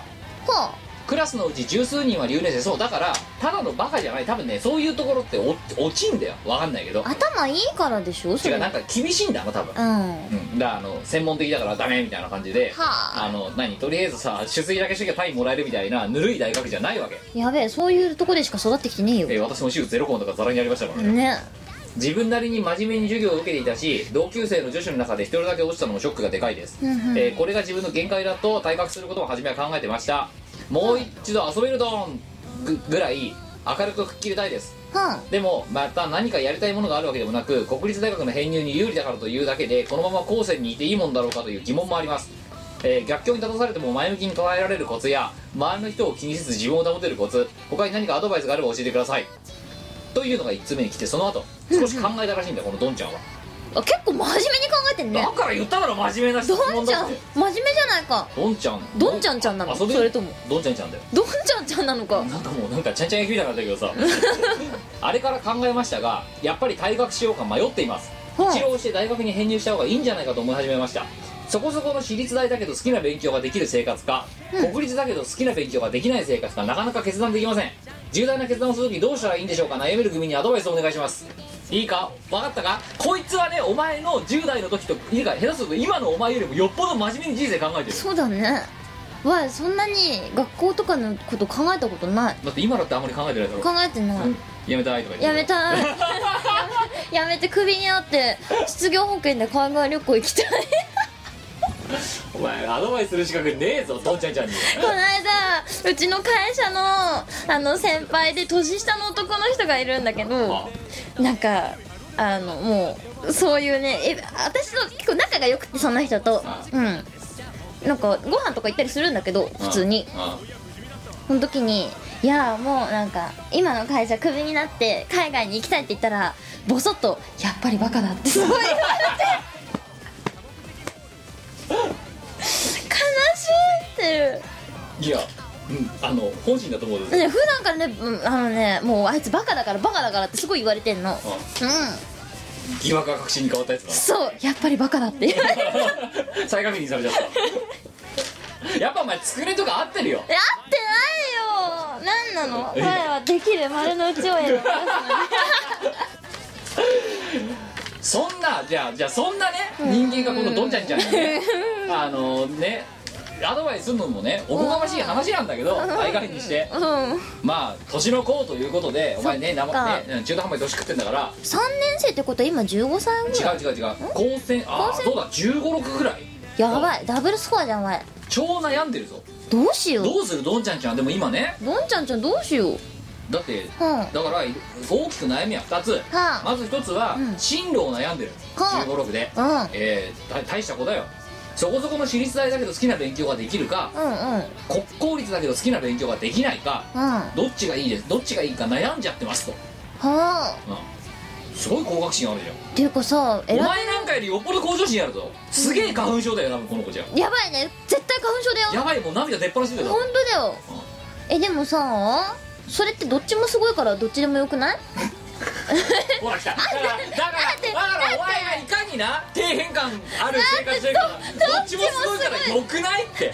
A: ほ
D: クラスのうち十数人は留年生そうだからただのバカじゃない多分ねそういうところってお落ちんだよわかんないけど
A: う頭いいからでしょそ
D: 違
A: れ
D: うなんか厳しいんだな多分
A: うん
D: うん、だからあの専門的だからダメみたいな感じで、
A: はあ
D: あの何とりあえずさ出席だけしときゃ単位もらえるみたいなぬるい大学じゃないわけ、
A: やべえそういうとこでしか育ってきてねえよ
D: えー私も週ゼロコンとかザラにありましたからね、
A: ね
D: 自分なりに真面目に授業を受けていたし同級生の女子の中で一人だけ落ちたのもショックがでかいです、
A: うんうん
D: えーこれが自分の限界だと退学することも初めは考えてましたもう一度遊べるドンぐぐらい明るく吹っ切りたいです
A: は
D: でもまた何かやりたいものがあるわけでもなく国立大学の編入に有利だからというだけでこのまま後世にいていいもんだろうかという疑問もあります、えー逆境に立たされても前向きに捉えられるコツや周りの人を気にせず自分を保てるコツ他に何かアドバイスがあれば教えてくださいというのが1つ目に来てその後少し考えたらしいんだよこのドンちゃんは、
A: あ結構真面目に考えてんね
D: だから言っただろ真面目な質
A: ど
D: 問
A: んち
D: だ
A: ゃん
D: って
A: 真面目じゃないか
D: ドンちゃん
A: どんちゃんちゃんなの
D: 遊び
A: それとも
D: ドンちゃんちゃんだよ
A: どんちゃんちゃんなのか
D: なんかもうなんかちゃんちゃん焼きみたいになったけどさあれから考えましたがやっぱり退学しようか迷っています
A: は
D: 一浪して大学に編入した方がいいんじゃないかと思い始めましたそこそこの私立大だけど好きな勉強ができる生活か、国立だけど好きな勉強ができない生活かなかなか決断できません重大な決断をするときどうしたらいいんでしょうか悩める組にアドバイスをお願いしますいいか分かったかこいつはねお前の10代の時といいか下手すると今のお前よりもよっぽど真面目に人生考えてる
A: そうだねわいそんなに学校とかのこと考えたことない
D: だって今だってあんまり考えてないだろ
A: 考えてない、
D: やめたいとか言って
A: やめたいやめてクビになって失業保険で海外旅行行きたい
D: お前アドバイスする資格ねえぞどんちゃんちゃんに
A: この間うちの会社のあの先輩で年下の男の人がいるんだけど
D: あ
A: なんかあのもうそういうねえ私と結構仲が良くてその人と
D: あ
A: うんなんかご飯とか行ったりするんだけど普通に
D: あ
A: その時に「いやもうなんか今の会社クビになって海外に行きたい」って言ったらボソッと「やっぱりバカだ」ってすごい言われて悲しいって
D: いや、うん、あの本心だと思うんですよ
A: ね普段からねうんあのねもうあいつバカだからバカだからってすごい言われてんの
D: あ
A: うん
D: 疑惑が確信に変わったやつだ
A: そうやっぱりバカだって言われて
D: 再確認されちゃったやっぱお前作れとか合ってるよ
A: やってないよ何なの彼はできる丸の内を選 びます
D: そんなじゃあじゃあそんなね人間がこのどんちゃんちゃんにねあのねアドバイスするのもねおこがましい話なんだけど大概にして
A: うん3
D: まあ年の功ということでお前ね
A: そっか
D: 生ね中途半端に年食ってんだから
A: 年生ってことは今15歳ぐらい
D: 違う違う違う高専ああどうだ1 5 6ぐらい
A: やばいダブルスコアじゃんお前
D: 超悩んでるぞ
A: どうしよう
D: どうするどんちゃんちゃんでも今ね
A: どんちゃんちゃんどうしよう
D: だって
A: うんは
D: だから大きく悩みは2つ
A: あ
D: まず1つは
A: うん
D: 進路を悩んでる
A: はあ
D: 1 5 6で
A: うん
D: えー、た大した子だよそこそこの私立大だけど好きな勉強ができるか
A: うんうん
D: 国公立だけど好きな勉強ができないか
A: うんは
D: どっちがいいですどっちがいいか悩んじゃってますと、
A: あ
D: うん、すごい高学心あるじゃん
A: っていうかさ選
D: お前なんかよりよっぽど向上心あるぞすげえ花粉症だよ多分この子じゃ
A: やばいね絶対花粉症だよ
D: やばいもう涙出っ放しだよ
A: 本当だよえでもさそれってどっちもすごいからどっちでもよくない
D: ほら来ただからだからだからお前がいかにな底辺感ある生活してるからどっちもすごいからよくないって
A: だ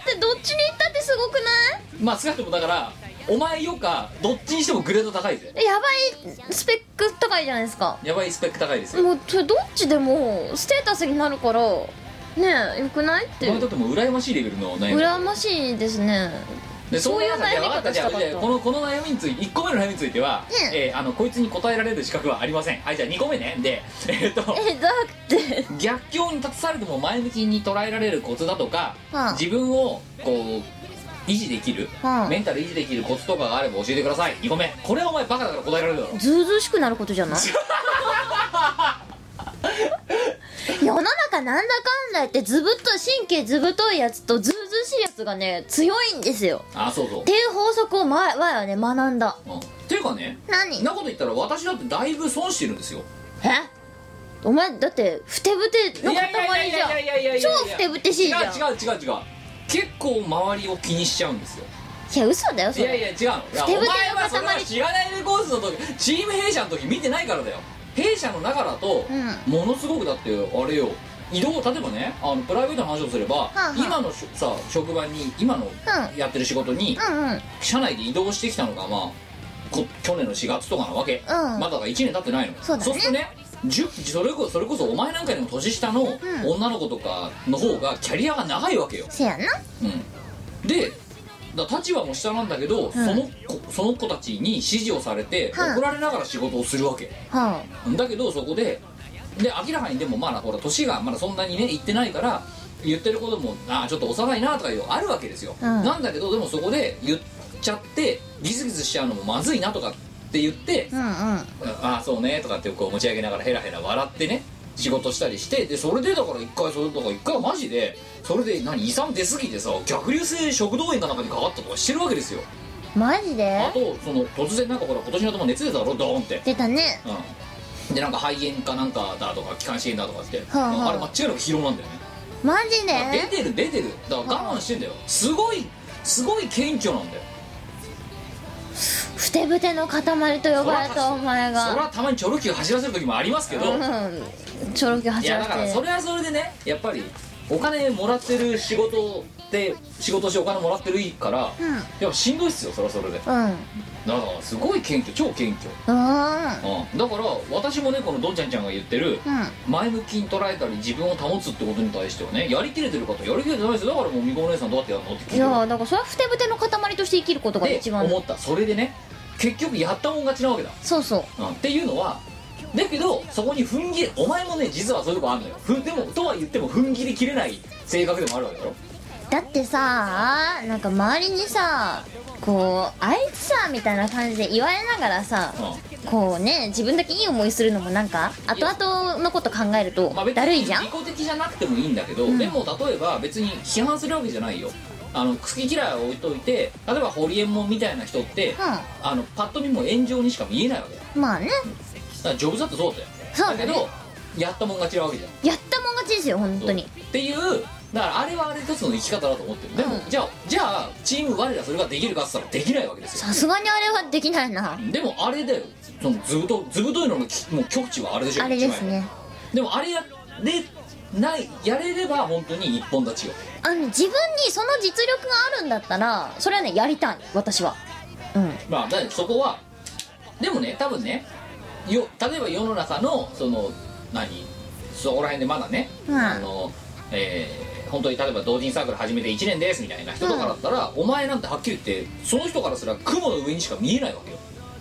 A: ってどっちに行ったってすごくな
D: まあ少なくともだからお前よかどっちにしてもグレード高いぜ
A: いやばいスペック高いじゃないですか
D: やばいスペック高いですよ
A: もうそれどっちでもステータスになるからねえよくないっ
D: お
A: て
D: 前にとっても羨ましいレベルの悩み
A: 羨ましいですね
D: で
A: そういう悩み
D: 分かったじゃあ
A: 方したかった
D: じゃあこのこの悩みについて1個目の悩みについては、
A: うん
D: えーあのこいつに答えられる資格はありませんはいじゃあ2個目ねでえーっと
A: えだって
D: 逆境に立たされても前向きに捉えられるコツだとか、
A: うん
D: 自分をこう維持できる、
A: うん
D: メンタル維持できるコツとかがあれば教えてください2個目これはお前バカだから答えられるだろ
A: ずうずうしくなることじゃない 世の中なんだかんだ言ってずぶっと神経ずぶといやつとずうずうしいやつ質がね強いんですよ
D: あそうそう
A: っていう法則を前前はね学んだ
D: うんていうかね
A: 何
D: んなこと言ったら私だってだいぶ損してるんですよ
A: えお前だってふてぶて
D: い
A: の塊じゃん
D: やいやいやいやい
A: 超
D: や
A: ふてぶてしいじゃん
D: 違う違う違う違う結構周りを気にしちゃうんですよ
A: いや嘘だよそ
D: い
A: れ
D: やいや違うのいや
A: ふてぶ
D: お
A: ての塊
D: 前はそれは知らないレコーズの時チーム弊社の時見てないからだよ弊社の中だと、
A: う
D: ものすごくだってあれよ移動例えばねあのプライベートの話をすれば、
A: あはあ
D: 今のしさ職場に今のやってる仕事に、
A: うんうん
D: 社内で移動してきたのがまあこ去年の4月とかなわけ、
A: うん
D: まだだから1年経ってないの
A: そうだね
D: するとね10それこそそれこそお前なんかよりも年下の女の子とかの方がキャリアが長いわけよ、
A: せやな
D: うん、でだ立場も下なんだけど、その子その子たちに指示をされて、
A: はい
D: 怒られながら仕事をするわけ
A: は
D: だけどそこでで明らかにでもまあほら年がまだそんなにねいってないから言ってることもああちょっと幼いなとかいうあるわけですよ、
A: ん
D: なんだけどでもそこで言っちゃってギスギスしちゃうのもまずいなとかって言って
A: あ、うんうん
D: ああそうねとかってこう持ち上げながらヘラヘラ笑ってね仕事したりしてでそれでだから一回それとか一回マジでそれで何遺産出過ぎてさ逆流性食道炎かなんかにかかったとかしてるわけですよ
A: マジで
D: あとその突然なんかほら今年の頭熱出たろドーンって
A: 出たね
D: うんでなんか肺炎かなんかだとか気管支炎だとかって、
A: はあはあ
D: あれ間違いなく疲労なんだよね
A: マジで
D: 出てる出てるだから我慢してんだよすごいすごい謙虚なんだよ
A: ふてぶての塊と呼ばれたお前
D: それ
A: が
D: はたまにチョロ Q 走らせる時もありますけど、
A: うんちょろき
D: い
A: 走
D: や
A: ら
D: だ
A: せ
D: からそ
A: て
D: れはそれでねやっぱりお金もらってる仕事で仕事してお金もらってるから、
A: ん
D: やっぱしんどいっすよそりゃそれでだか
A: うんうん
D: らすごい謙虚超謙虚、うん、だから私もねこのどんちゃんちゃんが言ってる、前向きに捉えたり自分を保つってことに対してはねやりきれてる方やりきれてないですよだからもうみこお姉さんどうやってやるのって聞
A: いや
D: い
A: だからそれはふてぶての塊として生きることが
D: て
A: 一
D: で
A: 番
D: 思ったそれでね結局やったもん勝ちなわけだ、
A: そうそう
D: うん、っていうのはだけどそこに踏ん切れお前もね実はそういうとこあるのよふんでもとは言っても踏ん切りきれない性格でもあるわけだろ
A: だってさなんか周りにさこうあいつさみたいな感じで言われながらさこうね自分だけいい思いするのもなんか後々のこと考えると
D: まあ、別に
A: だるいじゃん
D: 利己的じゃなくてもいいんだけど、でも例えば別に批判するわけじゃないよあの好き嫌いを置いといて例えば堀エモ門みたいな人って、あのパッと見も炎上にしか見えないわけだよ
A: まあね
D: だからジョブズだってそうだよ
A: そうだね
D: けどやったもん勝ちなわけじゃん
A: やったもん勝ちですよ本当に
D: そうっていうだからあれはあれ一つの生き方だと思ってるでも、じゃあじゃあチーム我らそれができるかっつったらできないわけですよ
A: さすがにあれはできないな
D: でもあれだよそのずぶとずぶといののきもう極地はあれでしょ
A: あれです
D: 一枚
A: ね
D: でもあれやれないやれれば本当に一本立ちよ
A: あの自分にその実力があるんだったらそれはねやりたい私はうん
D: まあだからそこはでもね多分ねよ例えば世の中のその何そこら辺でまだね、
A: うん
D: あのえー本当に例えば同人サークル始めて1年ですみたいな人とかだったら、お前なんてはっきり言ってその人からすら雲の上にしか見えないわけよ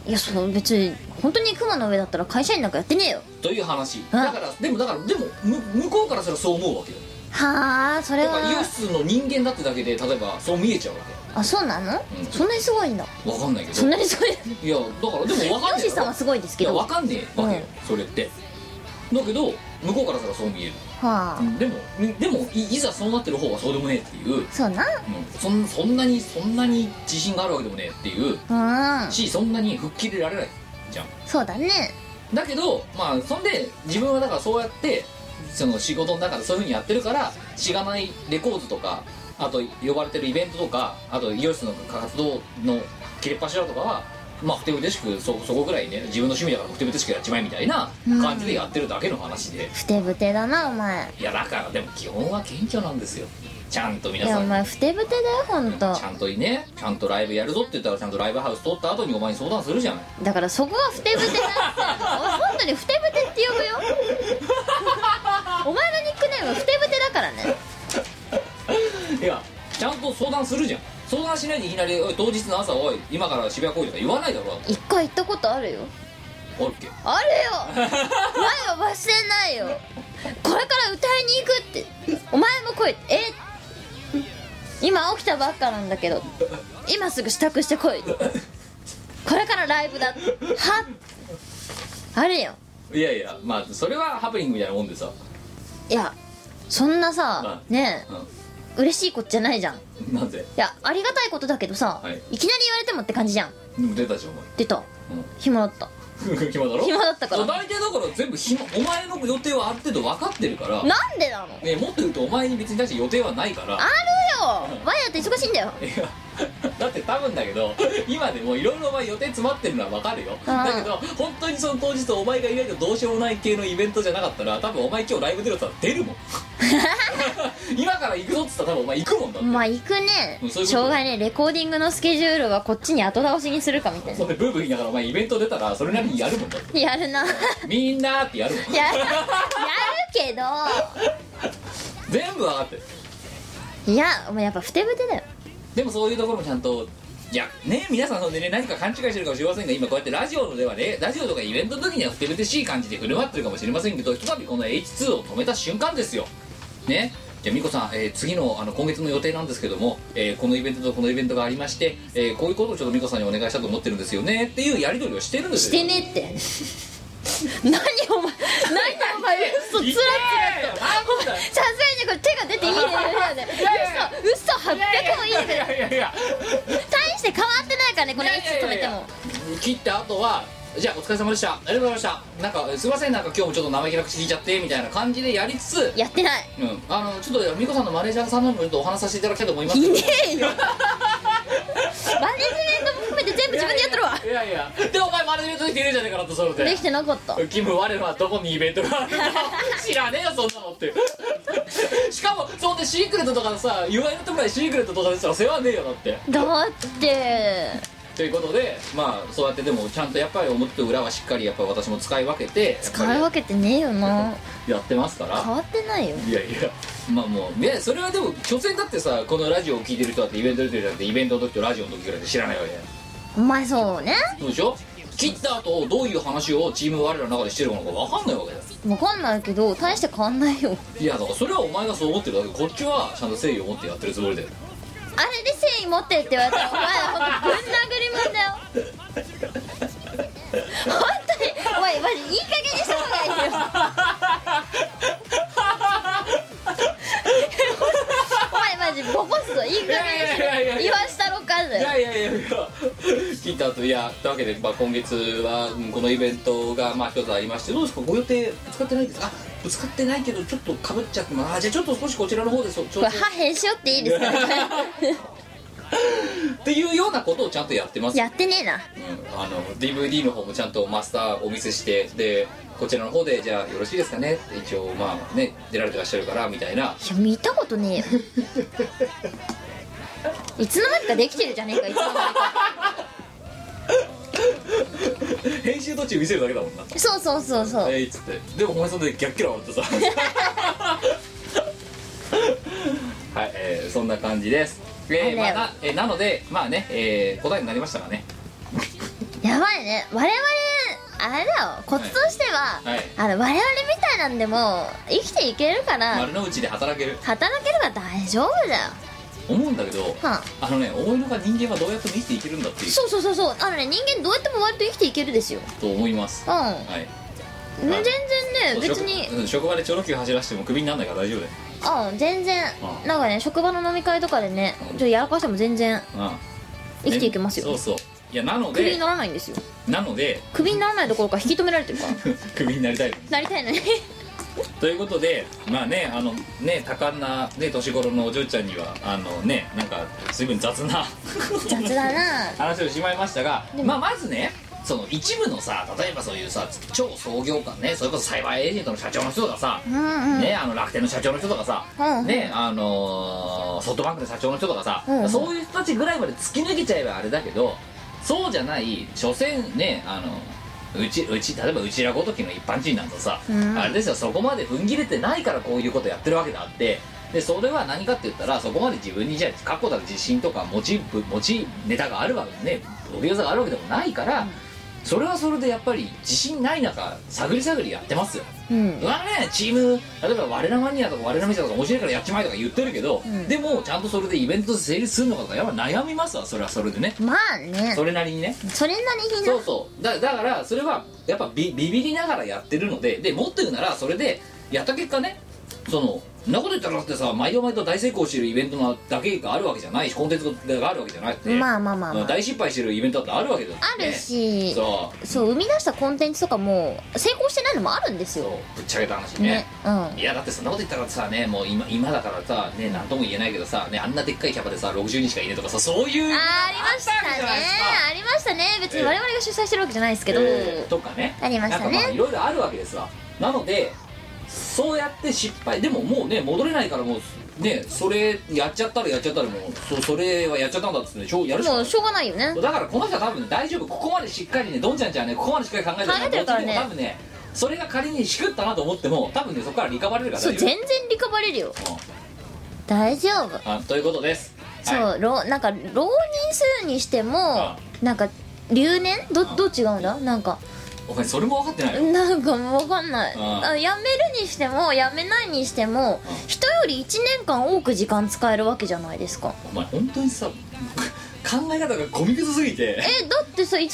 A: いやその別に本当に雲の上だったら会社員なんかやってねえよ
D: という話だからでもだからでもむ向こうからすらそう思うわけよ
A: はあそれ
D: だ
A: は
D: からイオシスの人間だってだけで例えばそう見えちゃうわ
A: あそうなの、
D: うん
A: そんなにすごいんだ
D: けわかんないけど
A: そんなにすごい
D: いやだからでもわかん
A: ヨ
D: ない
A: シさんはすごいですけど
D: いや
A: は
D: わかんねえわけよ、
A: う
D: それってだけど向こうからすらそう見える
A: あ
D: でもでもいいざそうなってる方はそうでもねえっていう、うん
A: そうな
D: そんそんなにそんなに自信があるわけでもねえっていう
A: うん
D: しそんなに吹っ切れられないじゃん
A: そうだね
D: だけどまあそんで自分はだからそうやってその仕事の中でそういうふうにやってるからしがないレコードとかあと呼ばれてるイベントとかあとイオシスの活動の切れっ柱とかはまあふてぶてしくそそこぐらいね自分の趣味だからふてぶてしくやっちまえみたいな感じでやってるだけの話で、
A: ふてぶてだなお前
D: いやだからでも基本は謙虚なんですよちゃんと皆
A: いや
D: さ
A: お
D: ん
A: 前ふてぶてだよほんと
D: ちゃんといいねちゃんとライブやるぞって言ったらちゃんとライブハウス通った後にお前に相談するじゃない
A: だからそこはふてぶてなん だよ俺本当にふてぶてって呼ぶよ お前のニックネームはふてぶてだからね
D: いやちゃんと相談するじゃん相談しないでいきなり「おい当日の朝おい今から渋谷来い」とか言わないだろだって
A: 一回行ったことあるよ
D: オッケー
A: ある よ前は忘れないよこれから歌いに行くってお前も来いえ今起きたばっかなんだけど今すぐ支度して来いこれからライブだはあるよ
D: いやいやまあそれはハプニングみたいなもんでさ
A: いやそんなさ
D: うん
A: ねえ
D: うん
A: 嬉しいことじゃないじゃんい
D: なんで
A: やありがたいことだけどさ、
D: はい
A: い、きなり言われてもって感じじゃん
D: 出たじゃんお前
A: 出た
D: うん
A: 暇だった
D: 暇だろ
A: 暇だったから
D: そう大体だから全部暇お前の予定はある程度分かってるから
A: なんでなの
D: ねもっと言うとお前に別に対して予定はないから
A: あるよワイヤって忙しいんだよ
D: いやだって多分だけど 今でもいろいろお前予定詰まってるのは分かるよだけど本当にその当日お前がいないとどうしようもない系のイベントじゃなかったら多分お前今日ライブ出るって言ったら出るもん今から行くぞっつったら多分お前行くもんだって
A: まあ行くね
D: うんそういうこと
A: 障害ねレコーディングのスケジュールはこっちに後倒しにするかみたい
D: そんでブーブー言いながらお前イベント出たらそれなりに やるもんだって
A: なやるなやる
D: みんなーってやるもん
A: やるけど
D: 全部分かってる
A: いやもうやっぱふてぶてだよ
D: でもそういうところもちゃんといやね皆さんそんでね何か勘違いしてるかもしれませんが今こうやってラジオではねラジオとかイベントの時にはふてぶてしい感じで振る舞ってるかもしれませんけどひとたびこの H2 を止めた瞬間ですよねじゃあ美子さん、えー次のあの今月の予定なんですけども、えーこのイベントとこのイベントがありまして、えーこういうことをちょっと美子さんにお願いしたいと思ってるんですよねっていうやり取りをしてるんです
A: して
D: よ
A: ね って何お前何お前嘘つらつらと
D: なんだよ
A: さすがにこれ手が出て いいねいやいや嘘嘘800もいいね
D: いやいやいや
A: 大して変わってないからねこの
D: いやいや
A: 1
D: い
A: 止
D: や
A: め
D: い
A: て
D: や
A: も
D: 切った後はじゃあお疲れ様でしたありがとうございましたなんかえすいませんなんか今日もちょっと生意気な口聞いちゃってみたいな感じでやりつつ、
A: やってない
D: うん、あのちょっと美子さんのマネージャーさんの方にもちょっとお話しさせていただきたいと思います
A: い
D: けど
A: ねえよマネジメントも含めて全部自分でやってる わ
D: いやいやでお前マネージメントできてるじゃねえかなとそれ
A: で
D: で
A: きてなかった
D: キム我らはどこにイベントがあるのか知らねえよそんなのってしかもそんでシークレットとかのさ言われてもないシークレットとかでしたら世話ねえよだって
A: だって
D: ということでまあそうやってでもちゃんとやっぱり表と裏はしっかりやっぱり私も使い分けて
A: 使い分けてねえよな
D: けやってますから
A: 変わってないよ
D: いやいやまあもうねそれはでも所詮だってさこのラジオを聞いてる人だってイベント出てる人だってイベントの時とラジオの時ぐらいで知らないわけだよ
A: お前そうね
D: そうでしょ切った後どういう話をチーム我らの中でしてるのか分かんないわけだよ
A: 分かんないけど大して変わんないよ
D: いやだからそれはお前がそう思ってるだけでこっちはちゃんと誠意を持ってやってるつもりだよ
A: あれで誠意持ってって言われたらお前は本当ぶん殴りもんだよ本当にお前マジいい加減にした方がいいよお前マジボコすぞいい加減にし
D: いやいやいやいや
A: ろ言わしたろかだ
D: い
A: よ
D: やいやいやいや切った後いやというわけで、まあ、今月はうんこのイベントがまあ一つありましてどうですかご予定ぶつかってないですかあぶつかってないけどちょっとかぶっちゃってますあじゃあちょっと少しこちらの方でそ調
A: これ歯編しよっていいですか
D: っていうようなことをちゃんとやってますよ
A: やってねえな
D: うんあの DVD の方もちゃんとマスターお見せしてでこちらの方でじゃあよろしいですかねって一応まあね出られてらっしゃるからみたいない
A: や見たことねえよいつの間にかできてるじゃねえかいつの間にか
D: 編集途中見せるだけだもんな
A: そうそうそうそう
D: えいっつってでもお前そんで逆キャラ笑ってさ はい、えーそんな感じですえーまあなえーなのでまあね、えー答えになりましたがね
A: やばいね我々あれだよコツとしては、
D: はいはい
A: あの我々みたいなんでも生きていけるから
D: 丸の内で働ける
A: 働ければ大丈夫だよ、
D: 思うんだけど
A: はあ、
D: あのね思いのが人間はどうやっても生きていけるんだっていう
A: そうそうそうそうあのね人間どうやっても割と生きていけるですよ
D: と思います
A: うん、
D: はい
A: 全然ね別に
D: 職うん職場でチョロ Q 走らせてもクビにならないから大丈夫だよ
A: うん全然
D: うん
A: なんかね職場の飲み会とかでねちょっとやらかしても全然
D: うん
A: 生きていけますよ、
D: そうそういやなの
A: クビに
D: で
A: ならないんですよ
D: なので
A: クビにならないどころか引き止められてるから
D: クビになりたい
A: なりたい のに
D: ということでまあねあのね多感な、ね、年頃のお嬢ちゃんにはあのねなんか随分雑 な
A: 雑だな
D: 話をしまいましたが、まあ、まずねその一部のさ例えばそういうさ超創業家ねそれこそサイバーエージェントの社長の人がさ、
A: うんうん
D: ね、あの楽天の社長の人とかさ、
A: うん
D: ねあのーソフトバンクの社長の人とかさ、
A: うんうん
D: そういう人たちぐらいまで突き抜けちゃえばあれだけどそうじゃない所詮ねあのうちうち例えばうちらごときの一般人なんかさ、
A: ん
D: あれですよそこまで踏ん切れてないからこういうことやってるわけであってでそれは何かって言ったらそこまで自分にじゃあ確固たる自信とか持ちぶ持ちネタがあるわけねおびさがあるわけでもないから、それはそれでやっぱり自信ない中探り探りやってますよ
A: うん
D: うわねチーム例えば我らマニアとか我らメジャーとか面白いからやっちまえとか言ってるけど、
A: ん
D: でもちゃんとそれでイベントで成立するのかとかやっぱ悩みますわそれはそれでね
A: まあね
D: それなりにね
A: それなりにな
D: そうそうだだからそれはやっぱビビビりながらやってるのででもっと言うならそれでやった結果ねそのんなこと言ったらだってさ毎度毎度大成功してるイベントなだけがあるわけじゃないしコンテンツがあるわけじゃなくて、
A: まあまあまあまあ
D: 大失敗してるイベントだってあるわけだよね
A: あるし
D: そ
A: そう生み出したコンテンツとかも成功してないのもあるんです
D: うそう
A: よ
D: ぶっちゃけた話ね
A: ねうん
D: いやだってそんなこと言ったらさねもう今今だからさね何とも言えないけどさねあんなでっかいキャパでさ60人しかいねえとかさそういう
A: あーありましたねありましたね別に我々が主催してるわけじゃないですけど、
D: えーとかね
A: ありま
D: な
A: し
D: ん
A: た
D: かまあ
A: ね
D: いろいろあるわけですわなのでそうやって失敗でももうね戻れないからもうねそれやっちゃったらやっちゃったらもうそそれはやっちゃったんだっつってねしょうやるしか
H: も
D: な
H: う
D: い
H: しょうがないよね
D: だからこの人は多分ね大丈夫ここまでしっかりねどんちゃんちゃんはねここまでしっかり考えて
H: 考えてるからね
D: どっちでも多分ねそれが仮にしくったなと思っても多分ねそこからリカバれるから
H: そう
D: 大丈夫
H: 全然リカバれるよ
A: 大丈夫
D: うんあということですは
A: そ
D: い
A: う、ろなんか浪人数にしても
D: あ
A: なんか留年どどう違うんだなんか
D: お前それも分かってないよ
A: なんかもう分かんない
D: あ
A: あ辞めるにしても辞めないにしても
D: あ
A: 人より1年間多く時間使えるわけじゃないですか
D: お前本当にさ 考え方がゴミくずすぎて
A: えだってさその場合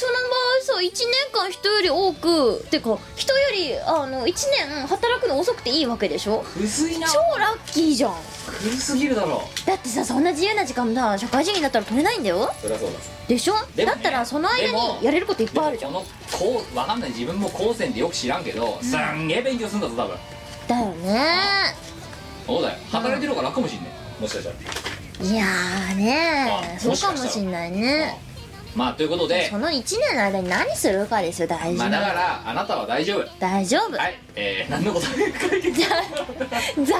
A: さ1年間人より多くてか人よりあの1年働くの遅くていいわけでしょ
D: くずいな
A: 超ラッキーじゃん
D: くずすぎるだろ
A: だってさそんな自由な時間さ社会人になったら取れないんだよ
D: そりゃそうだ
A: でしょ
D: でも
A: だ
D: ね
A: ったらその間
D: でも
A: にやれることいっぱいあるじゃん
D: でもこのこうわかんない自分も高専でよく知らんけど、すんげえ勉強するんだぞ多分
A: だよね
D: そうだよ働いてる方が楽かもしんねもしかしたら
A: いやーね
D: あ
A: そうかもしんないね
D: まあということで
A: その1年の間に何するかですよ大事
D: ま
A: な
D: あだからあなたは大丈夫
A: 大丈夫、
D: はいえー、何のことも解 決
A: 雑だよ我々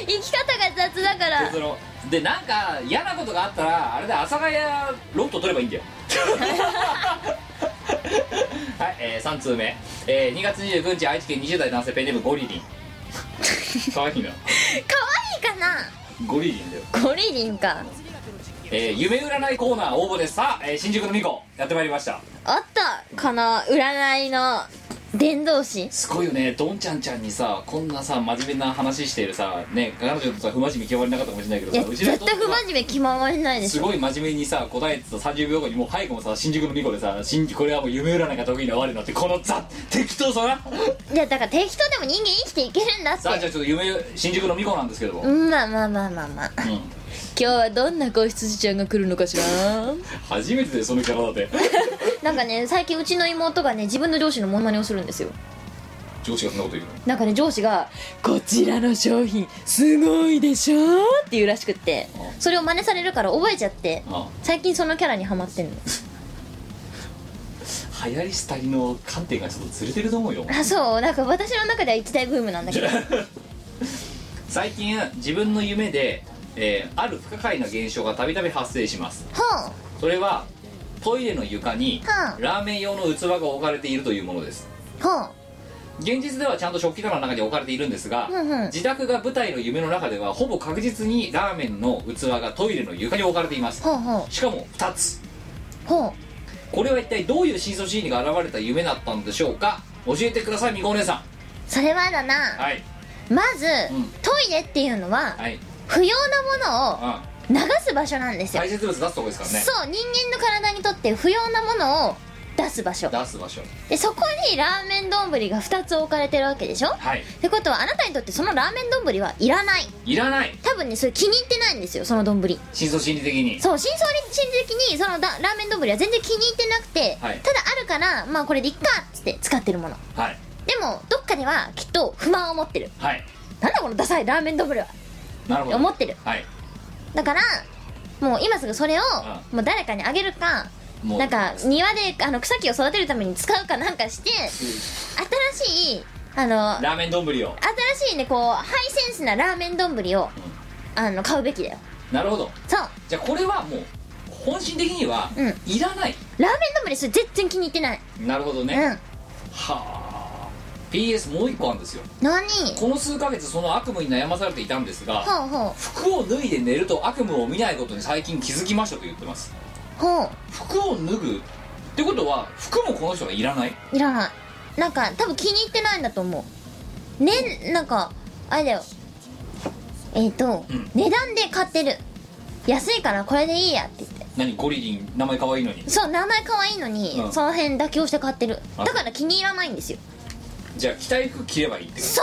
A: 生き方が雑だ から
D: 結論でなんか嫌なことがあったらあれで阿佐ヶ谷ロット取ればいいんだよはい、えー、3通目、えー、2月29日愛知県20代男性ペンネーム ゴリリンかわいいな
A: 可愛いかな
D: ゴリリンだよ、
A: ゴリリンか
D: えー、夢占いコーナー応募ですさあ、えー新宿のミコやってまいりました
A: あったこの占いの伝道師
D: すごいよねどんちゃんちゃんにさこんなさ真面目な話してるさね彼女とさ不真面目極まりなかったかもしれないけど
A: いや
D: さうちら
A: 絶
D: と
A: 対不真面目気ままにないでし
D: す
A: ょ
D: ごい真面目にさ答えてた30秒後にもう早くもさ新宿のミコでさ新これはもう夢占いが得意な我になってこのザ適当さな
A: いやだから適当でも人間生きていけるんだっ
D: さあじゃ
A: て
D: あちょっと夢新宿のミコなんですけども、
A: うんまあまあまあまあまあ
H: 今日はどんな子羊ちゃんが来るのかしら
D: 初めてでそのキャラだって
A: なんかね最近うちの妹がね自分の上司のモノマネをするんですよ
D: 上司がそんなこと言うの
A: なんかね上司が
H: こちらの商品すごいでしょ
A: っていうらしくって
D: あ
A: それを真似されるから覚えちゃって
D: あ
A: 最近そのキャラにハマってんの
D: 流行り廃りの観点がちょっとずれてると思うよ
A: あそうなんか私の中では一大ブームなんだけど
D: 最近自分の夢で、えーある不可解な現象がたびたび発生します
A: ほ
D: それはトイレの床に
A: はあ
D: ラーメン用の器が置かれているというものです
A: うほ
D: 現実ではちゃんと食器棚の中に置かれているんですが、
A: うんうん
D: 自宅が舞台の夢の中ではほぼ確実にラーメンの器がトイレの床に置かれています
A: うほうほう
D: しかも2つ
A: ほう
D: これは一体どういう真相心理が現れた夢だったんでしょうか教えてくださいみこお姉さ
A: それはだ
D: ん
A: な
D: はい
A: まず、
D: うん
A: トイレっていうのは
D: はい
A: 不要なものを
D: あ
A: 流す場所なんですよ、
D: 排泄物出すとこですからね
A: そう人間の体にとって不要なものを出す場所
D: 出す場所
A: でそこにラーメン丼が2つ置かれてるわけでしょ
D: はい
A: ってことはあなたにとってそのラーメン丼はいらない
D: いらない
A: 多分ねそれ気に入ってないんですよその丼
D: 真相心理的に
A: そう真相心理的にそのだラーメン丼は全然気に入ってなくて、
D: はい
A: ただあるからまあこれでいっかっつって使ってるもの
D: はい
A: でもどっかにはきっと不満を持ってる
D: はい
A: なんだこのダサいラーメン丼はっ
D: なるほ
A: て
D: ど
A: 思ってる
D: はい
A: だからもう今すぐそれを
D: あ
A: もう誰かにあげるか
D: もう
A: なんか庭であの草木を育てるために使うかなんかして新しいあの
D: ラーメン丼を
A: 新しいねこうハイセンスなラーメン丼をあの買うべきだよ
D: なるほど
A: そう
D: じゃあこれはもう本心的には
A: うん
D: いらない、
A: ラーメン丼それ全然気に入ってない
D: なるほど
A: う
D: ね、
A: ん
D: はあ PS もう一個あるんですよ
A: 何
D: この数ヶ月その悪夢に悩まされていたんですが
A: ほうほう
D: 服を脱いで寝ると悪夢を見ないことに最近気づきましたと言ってます
A: ほ
D: 服を脱ぐってことは服もこの人がいらないう
A: いらないなんか多分気に入ってないんだと思うねなんかあれだよえっ、と、
D: うん
A: 値段で買ってる安いからこれでいいやって言って
D: 何ゴリリン名前可愛いのに
A: そう名前可愛いのに、
D: うん
A: その辺妥協して買ってる
D: あ
A: だから気に入らないんですよ
D: じゃあ着たい服着ればいいってこ
A: そ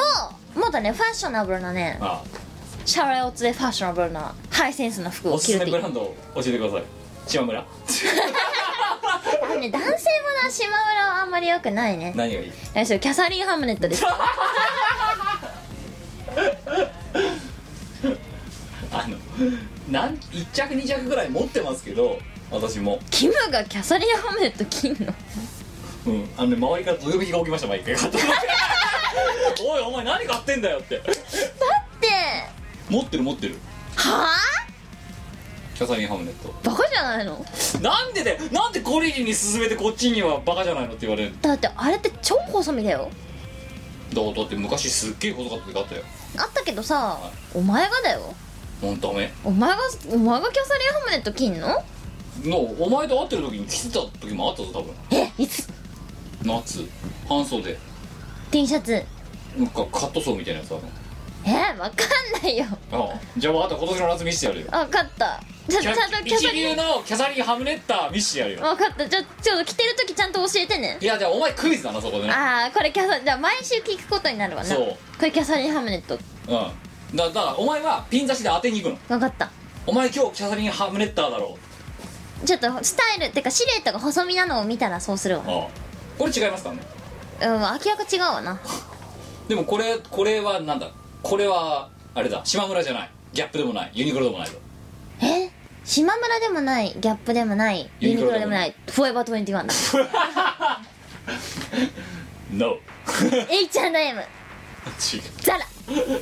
A: うもっとねファッショナブルなね
D: あ
A: シャレオツでファッショナブルなハイセンスな服を
D: おす
A: 着
D: す
A: るっ
D: め
A: てい
D: ブ
A: い
D: ランドを教えてください島 村
A: あのね男性もな島村はあんまり良くないね
D: 何がいい
A: 来週キャサリン・ハムネットです
D: あのなん1着2着ぐらい持ってますけど私も
A: キムがキャサリン・ハムネット着んの
D: うんあのね周りからどよびきが起きました毎回買 ったおいお前何買ってんだよって
A: で
D: 持ってる持ってる
A: は
D: キャサリン・ハムネット
A: ぁバカじゃないの
D: なんでだよなんでゴリリに勧めてこっちにはバカじゃないのって言われる
A: だってあれって超細身だよ
D: だだって昔すっげえ細かった時あったよ
A: あったけどさお前がだよ
D: もうダメ
A: お前がお前がキャサリン・ハムネット着んの
D: のお前と会ってる時に着てた時もあったぞ多分
A: えいつ
D: 夏半袖
A: T シャツ
D: なんかカットソーみたいなやつだね
A: えわかんないよ
D: ああじゃあ分かった今年の夏見せてやるよ
A: わかったちゃ
D: キ
A: ちゃ
D: ャ
A: んとキャサ
D: 一
A: リ
D: 流
A: ン
D: のキャサリン・ハムネッター見せてやるよ
A: わかったじゃちょっと着てるときちゃんと教えてね
D: いやじゃあお前クイズだなそこでね
A: ああこれキャサじゃあ毎週聞くことになるわな
D: そう
A: これキャサリン・ハムネット
D: うんだだからお前はピン刺しで当てに行くの
A: わかった
D: お前今日キャサリン・ハムネッターだろ
A: ちょっとスタイルってかシルエットが細身なのを見たらそうするわ
D: ああこれ違いますからね
A: うん明らか違うわな
D: でもこれこれはなんだこれはあれだ島村じゃないギャップでもないユニクロでもないぞ
A: え島村でもないギャップでもないユニクロでもないフォーエバー21だ
D: NO 違う
A: H&M ザラ
D: 違う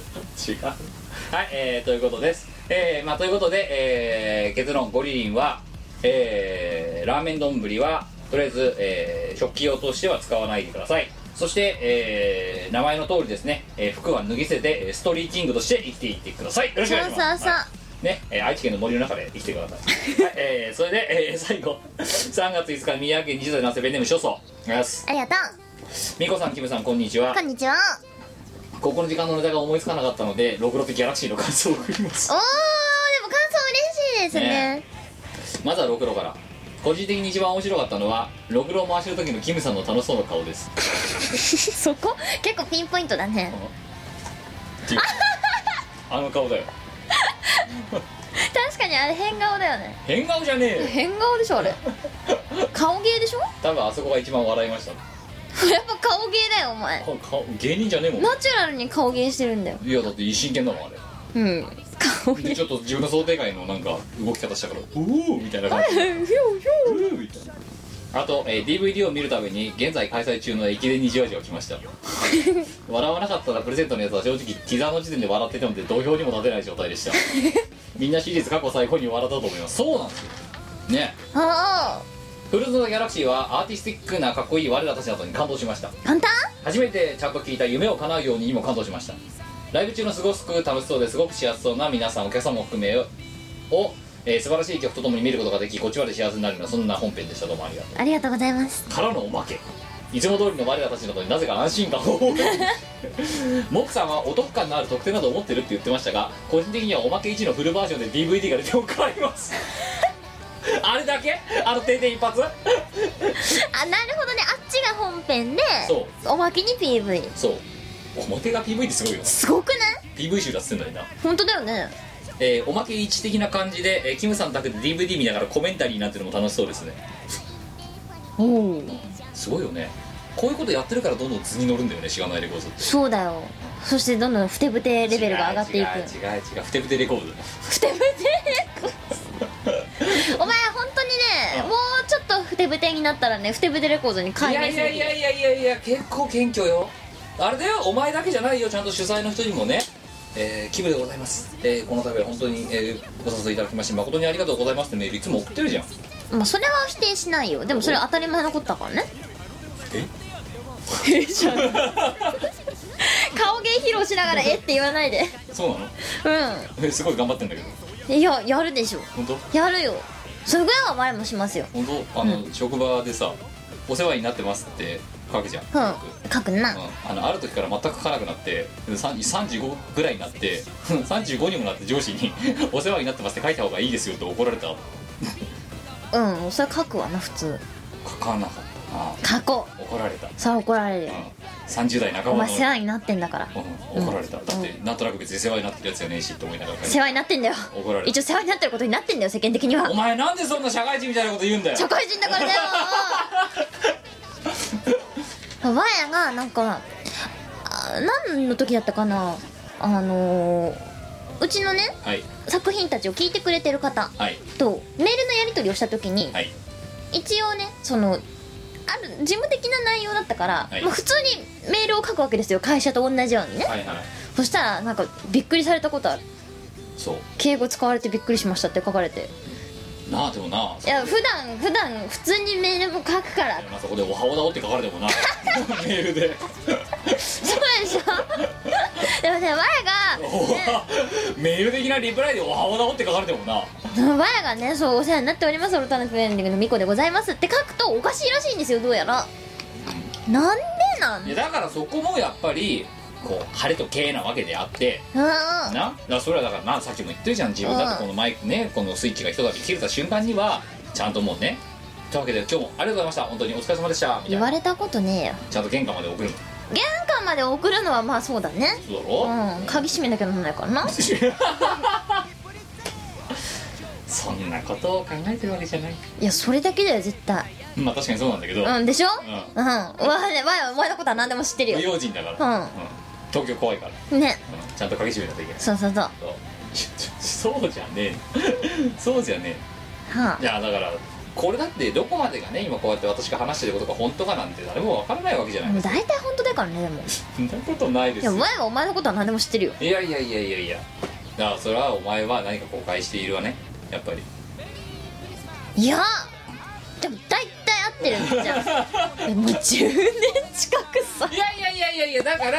D: はいえー、ということですえー、まあということで、えー、結論ゴリリンはえー、ラーメン丼はとりあえず、えー、食器用としては使わないでくださいそして、えー、名前の通りですね、えー、服は脱ぎ捨ててえーストリーキングとして生きていってくださいよろしくお願いします
A: そうそうそう
D: はいね、えー愛知県の森の中で生きてください、はいえーそれで、えー最後3月5日宮城県20代のセベネーム諸祖です
F: ありがと
D: みこさんキムさんこんにちは
F: うこんにちは
D: ここの時間のネタが思いつかなかったので「ロクロピギャラクシー」の感想を送ります
F: おーでも感想嬉しいです ね
D: まずはロクロから個人的に一番面白かったのはロクロを回してる時のキムさんの楽しそうな顔です
F: そこ結構ピンポイントだね
D: っていうあの顔だよ
A: 確かにあれ変顔だよね
D: 変顔じゃねえよ
A: 変顔でしょあれ顔芸でしょ
D: 多分あそこが一番笑いました
A: やっぱ顔芸だよお前
D: 顔顔芸人じゃねえもん
A: ナチュラルに顔芸してるんだよ
D: いやだって一真剣だもんあれ
A: うん顔
D: で
A: 芸
D: ちょっと自分の想定外のなんか動き方したから「うー」みたいな感じで「うー」みたいなあと、えー DVD を見るために現在開催中の駅伝にじわじわ来ました 笑わなかったらプレゼントのやつは正直膝の時点で笑ってたので土俵にも立てない状態でしたみんなシリーズ過去最高に笑ったと思いますそうなんですよね
A: あ
D: フルーツのギャラクシーはアーティスティックなかっこいい我らたちなどに感動しました
A: あ簡単
D: 初めてちゃんと聞いた夢を叶うようににも感動しましたライブ中のすごく楽しそうですごく幸せそうな皆さんお客様も含めを、えー素晴らしい曲とともに見ることができこっちまで幸せになるようなそんな本編でしたどうもありがと
F: ありがとうございます
D: うからのおまけいつも通りの我らたちなどになぜか安心感をモクさんはお得感のある特典などを持ってるって言ってましたが個人的にはおまけ1のフルバージョンで DVD が出ても変わります あれだけあの定点一発
F: あなるほどねあっちが本編で
D: そう
F: おまけに PV
D: そう表が PV ってすごいよな
F: すごくない
D: PV 集だっつってんだよな
A: 本当だよね
D: えーおまけ一致的な感じで、えーキムさんだけで DVD 見ながらコメンタリーになってるのも楽しそうですね
A: おお
D: すごいよねこういうことやってるからどんどん図に乗るんだよねしがないレコーズって
A: そうだよそしてどんどんふてぶてレベルが上がっていく
D: 違う違う違うふてぶてレコーズ
A: ふてぶてレコードお前本当にね
D: うん
A: もうちょっとふてぶてになったらねふてぶてレコードに
D: い
A: 改
D: や
A: 名
D: い
A: する
D: やいやいやいやいや結構謙虚よあれだよお前だけじゃないよちゃんと主催の人にもねえー、キムでございます、えーこの度は本当に、えーご誘いいただきまして誠にありがとうございますってメールいつも送ってるじゃん
A: まあそれは否定しないよでもそれは当たり前のことだからね
D: え
A: えじゃん 顔芸披露しながら「えっ?」て言わないで
D: そうなの
A: う
D: えすごい頑張ってんだけど
A: んいややるでしょ
D: 本当
A: やるよそれぐらいは前もしますよ
D: 本当あの、職場でさ「お世話になってます」って書くじゃん、
A: う
D: よく
A: ん書くな
D: うんあのある時から全く書かなくなってさん35ぐらいになって 35にもなって上司に 「お世話になってます」って書いた方がいいですよって怒られた
A: うんそれ書くわな普通
D: 書かなかったな
A: 書こ
D: 怒られた、うん
A: うそれは怒られるよ
D: 30代半ば
A: お
D: の
A: 前世話になってんだから
D: うん怒られた、だってなんとなく別に世話になってるやつじゃねえしって思いながら
A: 世話になってんだよ
D: 怒られ
A: 一
D: た
A: 応世話になってることになってんだよ世間的には
D: お前なんでそんな社会人みたいなこと言うんだよ
A: 社会人だからだよ我がなんかあ何の時だったかなあのーうちのね
D: はい
A: 作品たちを聞いてくれてる方
D: はい
A: とメールのやり取りをした時に、
D: はい
A: 一応ねそのある事務的な内容だったから、
D: はい
A: まあ普通にメールを書くわけですよ会社と同じようにね、
D: はいはい
A: そしたらなんかびっくりされたことある
D: そ
A: 敬語使われてびっくりしましたって書かれて
D: うなあでもなあ
A: いや普段普段普通にメールも書くから
D: まあそこで「おはおだお」って書かれ てもなメールで
A: そうでしょでもね我
D: お
A: が
D: はメール的なリプライで「おはおだお」って書かれてもな
A: 我がねそうお世話になっておりますオルタナティブエンディングのミコでございますって書くとおかしいらしいんですよどうやらなんでなん
D: いやだからそこもやっぱりこう晴れと経なわけであって
A: うん
D: なだからそれはだからまあさっきも言ってるじゃん自分だってこのマイクねこのスイッチが一たび切れた瞬間にはちゃんともうねというわけで今日もありがとうございました本当にお疲れ様でしたみたい
A: 言
D: な
A: われたことねえよ
D: ちゃんと玄関まで送るの
A: 玄関まで送るのはまあそうだね
D: そうだろ、
A: うん鍵閉めなきゃなんないからな
D: そんなことを考えてるわけじゃない
A: いやそれだけだよ絶対
D: まあ確かにそうなんだけど、
A: うんでしょ
D: ん
A: うんわねわやお前のことは何でも知ってる
D: 不
A: よ
D: 用心だから、
A: うん
D: 東京怖いから、
A: ね
D: うんちゃんと鍵閉めなきゃいけない
A: そうそうそうは
D: そうそうじゃねえそうじゃね
A: あ
D: えいやだからこれだってどこまでがね今こうやって私が話してることが本当かなんて誰もわからないわけじゃない、
A: もう大体本当だからねでも
D: そんなことないで
A: い
D: す
A: や
D: よ
A: お前はお前のことは何でも知ってるよ
D: いやいやいやいやいやだからそれはお前は何か誤解しているわねやっぱり
A: いやでも大体合ってるじゃ んえもう10年近くさ
D: いやいやいやいやいやだからい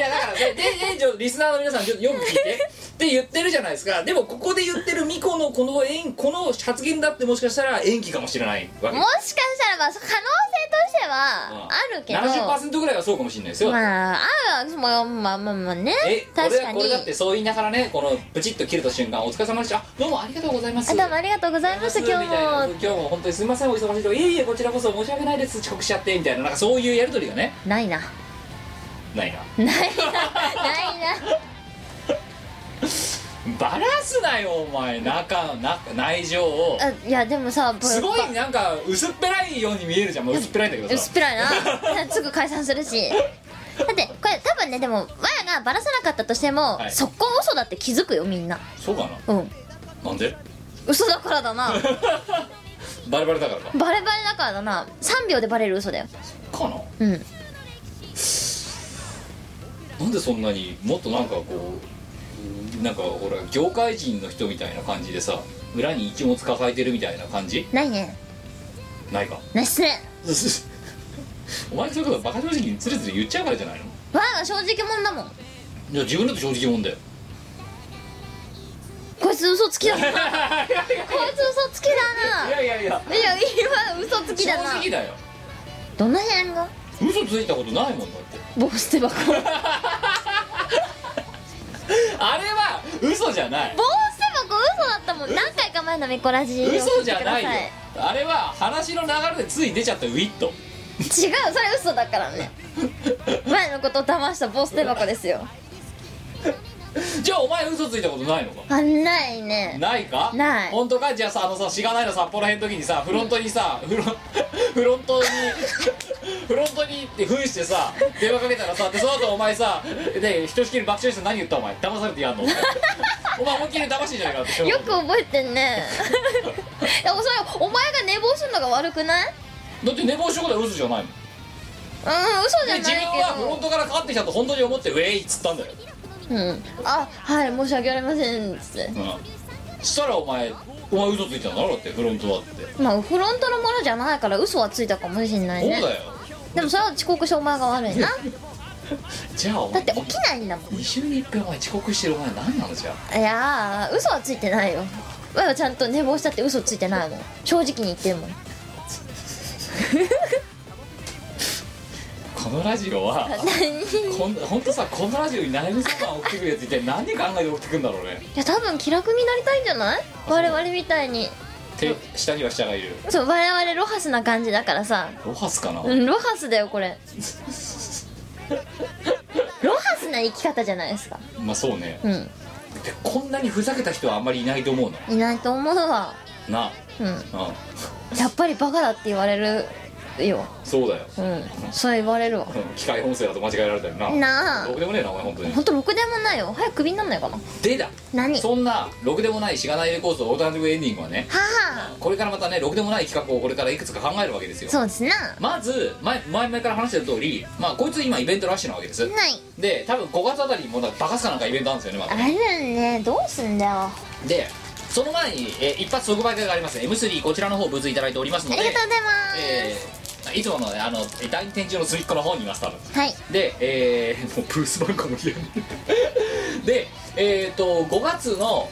D: やだからでででちょリスナーの皆さんちょっとよく聞いてって言ってるじゃないですかでもここで言ってるミコのこの演この発言だってもしかしたら演技かもしれないわけ
A: もしかしたらまあ可能性としてはあるけど
D: 70%ぐらいはそうかもしれないですよ、
A: まああるまあまあまあまあね
D: えこ
A: 確
D: れ
A: か
D: こ
A: に
D: れだってそう言いながらねこのプチッと切れた瞬間お疲れ様でしたあどうもありがとうございます
A: あどうもありがとうございました今日
D: みたいな
A: も
D: 今日も本当にすみませんお忙しいとこいえいえこちらこそ申し訳ないです遅刻しちゃってみたいななんかそういうやり取りがね
A: ないな
D: ないな
A: ないなない な
D: バラすなよお前中の中内情を
A: あいやでもさ
D: すごいなんか薄っぺらいように見えるじゃん、まあ、薄っぺらいんだけど
A: 薄っ
D: さ
A: ぺらい なすぐ解散するしだってこれ多分ねでもわやがバラさなかったとしても、
D: はい
A: 速攻嘘だって気づくよみんな
D: そうか
A: うん
D: ななんで
A: 嘘だからだな
D: バレバレだからか
A: バレバレだからだな3秒でバレる嘘だよ
D: かな
A: うん
D: なんでそんなにもっとなんかこうなんかほら業界人の人みたいな感じでさ裏に一物抱えてるみたいな感じ
A: ないね
D: ないか
A: ないっすね
D: お前そういうことバカ正直につれつれ言っちゃうからじゃないの
A: わやが正直者だもん
D: いや自分だって正直もんだよ
A: こいつ嘘 つきだなこいつ嘘つきだ
D: い
A: な
D: やいやいや
A: いや今嘘つき
D: 正
A: だな
D: 直だよ
A: どの辺 が
D: 嘘ついたことないもんだって
A: ボス 手箱ボー捨
D: あれは嘘じゃな
A: て
D: い
A: 箱嘘だったもん何回か前のミコラジを聞いて
D: 嘘じゃ
A: くださ
D: ないよあれは話の流れでつい出ちゃったウィット
A: 違うそれ嘘だから ね前のことを騙したボス手箱ですよ
D: じゃあお前嘘ついたことないのか
A: あないね
D: ないか
A: ない
D: 本当かじゃあさあのさしがないの札幌編の時にさフロントにさフロン フロントに フロントにって扮してさ電話かけたらさでその後お前さでひとしきり爆笑して何言ったお前騙されてやんのお前思いっきり騙してんじゃないかって
A: よく覚えてん ねいやそれお前が寝坊するのが悪くない
D: だって寝坊したことは嘘じゃないもん
A: うん嘘じ
D: で
A: ゃない
D: 自分はフロン
A: け
D: トからかかってきたと本当に思ってウェイっつったんだよ、
A: どうんあはい申し訳ありませんっつって
D: うん、したらお前お前嘘ついたんだろだってフロントだって、
A: まあフロントのものじゃないから嘘はついたかもしれない
D: そう
A: ね
D: だよ
A: でもそれは遅刻したお前が悪いな
D: じゃあお
A: だ
D: 前
A: って起きないんだもん
D: 2週に1回お前遅刻してるお前何なのじゃあ
A: いやー嘘はついてないよわいはちゃんと寝坊したって嘘ついてないもん正直に言ってるもん
D: このラジオ はこん本当さこのラジオに悩み相談送ってくるやつ一体何考えて送ってくんだろうね
A: いや多分気楽になりたいんじゃない我々みたいに
D: 手下には下がいる
A: そう我々ロハスな感じだからさ
D: ロハスかな、
A: うんロハスだよこれロハスな生き方じゃないですか
D: まあそうね
A: うん
D: でこんなにふざけた人はあんまりいないと思うの
A: いないと思うわ
D: な
A: うん
D: あ
A: やっぱりバカだって言われるよ
D: そうだよ
A: うんそう言われるわ
D: うん機械音声だと間違えられたよな
A: なあ
D: どうでもねえなお前本当に
A: ほんとろくでもないよ早くクビになんないかな
D: でだ
A: 何は
D: そんなろくでもないしがないレコードオーダーングエンディングはね
A: あ
D: これからまたねろくでもない企画をこれからいくつか考えるわけですよ
A: そうですな
D: まず前前々から話してる通りまあこいつ今イベントラッシュなわけです
A: ない
D: で多分5月あたりにもうなんかバカすかなんかイベントあるんですよねま
A: あ
D: だ
A: れだよねどうすんだよ
D: でその前に、えー一発即売会があります M3 こちらの方ブースいただいておりますの
A: あ
D: で
A: りがとうございます、
D: えーいつものねあの第二展示場の隅っこの方にいます多分
A: はい
D: で、えー、もうブース番号も言えないでえっ、と5月の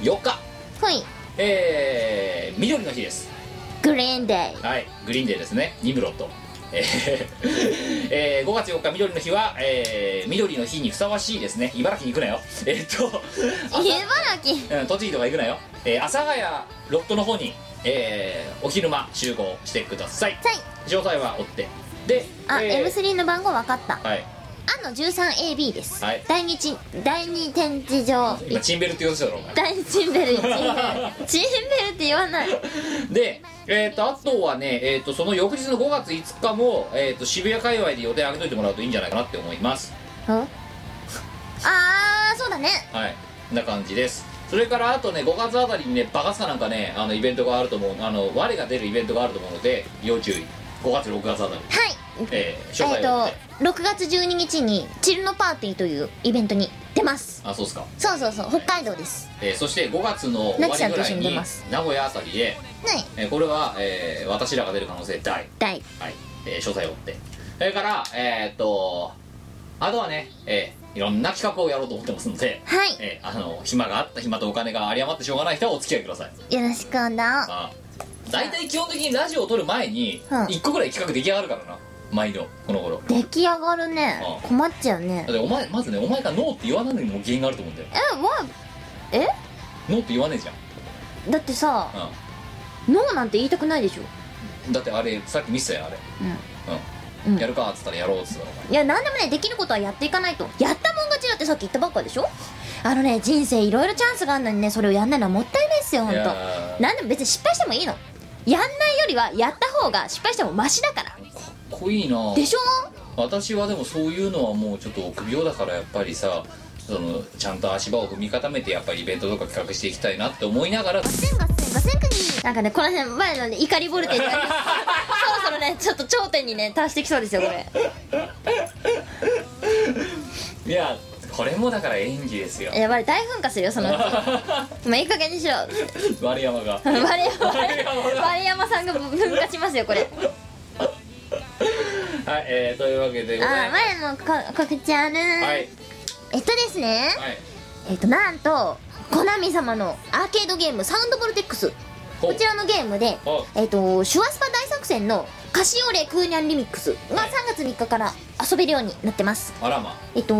D: 4日
A: ほい
D: えー、緑の日です
A: グレーンデイ
D: はいグリーンデーですねニムロットえーえー5月4日緑の日は、えー、緑の日にふさわしいですね茨城に行くなよえーっと
A: 茨城
D: うん栃木とか行くなよ、えー、阿佐ヶ谷ロットの方に、えーお昼間集合してください、詳細は追ってで
A: あ、
D: えー
A: M3 の番号分かった
D: はい
A: あの 13AB です、
D: はい
A: 第2ち第二展示場
D: 今チンベルって言おうとしただろお前
A: 第2チンベルチンベルチンベルって言わない
D: で、えー、とあとはね、えー、とその翌日の5月5日も、えー、と渋谷界隈で予定上げといてもらうといいんじゃないかなって思います
A: あーそうだね
D: はいこんな感じですそれからあとね5月あたりにねバカスカなんかねあのイベントがあると思うあの我が出るイベントがあると思うので要注意5月6月あたり、
A: はい
D: えー、詳
A: えっ、
D: 細を追っ
A: と
D: て、
A: 6月12日にチルノパーティーというイベントに出ます
D: あそうっすか
A: そうそうそう北海道です
D: えーそして5月の終わり
A: な
D: ぐ
A: き
D: ら
A: さ
D: い
A: んと一緒に出
D: に
A: ます
D: 名古屋あたりで、
A: はい
D: えーこれは、えー私らが出る可能性大、
A: 第
D: はいえー詳細を追ってそれからえーっとあとはね、えーいろんな企画をやろうと思ってますので、
A: はい
D: えーあの暇があった暇とお金が有り余ってしょうがない人はお付き合いください
A: よろしくな
D: あー大体基本的にラジオを撮る前に
A: うん
D: 1個ぐらい企画出来上がるからな毎度この頃
A: 出来上がるね
D: あ
A: 困っちゃうね
D: だってお前まずねお前がノーって言わないのにも原因があると思うんだよ
A: えわえ
D: ノーって言わねえじゃん、
A: だってさ
D: うん
A: ノーなんて言いたくないでしょ
D: だってあれさっき見せたよあれ
A: うん
D: やるかっつったらやろうっつったらお前
A: いや何でもねできることはやっていかないとやったもん勝ちだってさっき言ったばっかでしょあのね人生いろいろチャンスがあるのにねそれをやんないのはもったいないっすよほん
D: い
A: と
D: やー
A: 何でも別に失敗してもいいのやんないよりはやった方が失敗してもマシだから
D: かっこいいな
A: でしょ
D: 私はでもそういうのはもうちょっと臆病だからやっぱりさそのちゃんと足場を踏み固めてやっぱりイベントとか企画していきたいなって思い ながら
A: なんかねこの辺前のね怒りボルテージ がねそろそろねちょっと頂点にね達してきそうですよこれ
D: いやこれもだから演技ですよ
A: やばい大噴火するよそ のうちまあいい加減にしろ
D: 丸山が
A: 丸山丸山さんが噴火しますよこれ
D: はいえー、というわけでござ
A: あ
D: います
A: 前もこ告知ある、
D: はい
A: えっとですね
D: はい
A: えっ、となんとコナミ様のアーケードゲームサウンドボルテックス
D: ほ
A: こちらのゲームで
D: ほう、
A: えっとシュワスパ大作戦のカシオレクーニャンリミックスが3月3日から遊べるようになってます
D: あらま
A: えっと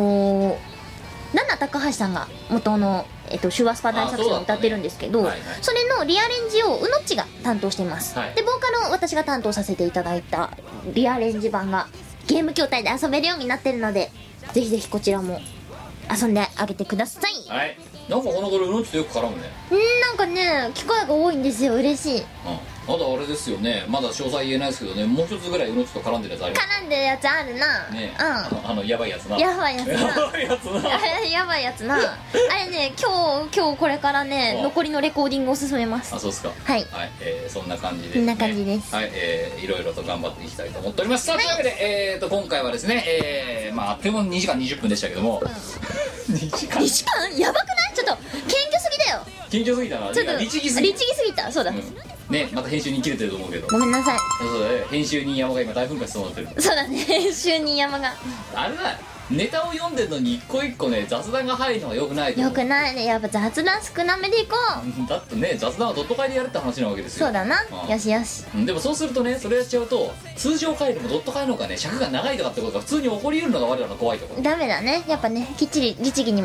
A: ナナ高橋さんが元の、えっと、シュワスパ大作戦を歌ってるんですけど
D: あ
A: そ,、
D: そうだったねはい
A: れの
D: はい
A: リアレンジをうのっちが担当しています、
D: はい
A: でボーカルを私が担当させていただいたリアレンジ版がゲーム筐体で遊べるようになってるのでぜひぜひこちらも遊んであげてください、
D: はいなんかこの頃うのっちとよく絡むね
A: うんなんかね機会が多いんですよ嬉しい
D: うんまだあれですよねまだ詳細言えないですけどねもう一つぐらいうのっちと絡んでるやつありま
A: 絡んでるやつあるな、
D: すねあのやばいやつ
A: う
D: なん
A: やばいやつな
D: やばいやつな
A: あれやばいやつなあれね今日今日これからね
D: お
A: 残りのレコーディングを進め ます
D: あそうっすか
A: はい
D: はい、えーそんな感じで
A: そんな感じです
D: はいえーいろいろと頑張っていきたいと思っておりますさあというわけで、えー、と今回はですねえー、まああっという間に2時間20分でしたけども、2時 間
A: 2時間やばくないちょっと謙虚すぎだよ
D: 緊張すぎたな
A: ちょっと
D: 律儀すぎた、
A: すぎたそうだ、
D: うん、ねまた編集に切れてると思うけど
A: ごめんなさい
D: そうだね編集に山が今大噴火しそうになってる
A: そうだね 就任山が
D: あれだネタを読んでるのに一個一個ね雑談が入るのがよくないと思
A: よ
D: う
A: くないねやっぱ雑談少なめでいこう
D: だってね雑談はドット会でやるって話なわけですよ
A: そうだな
D: うん
A: よしよし
D: うんでもそうするとねそれやっちゃうと通常回でもドット回の方がね尺が長いとかってことが普通に起こり得るのが我らの怖いところ
A: ダメだねやっぱねきっちり律儀に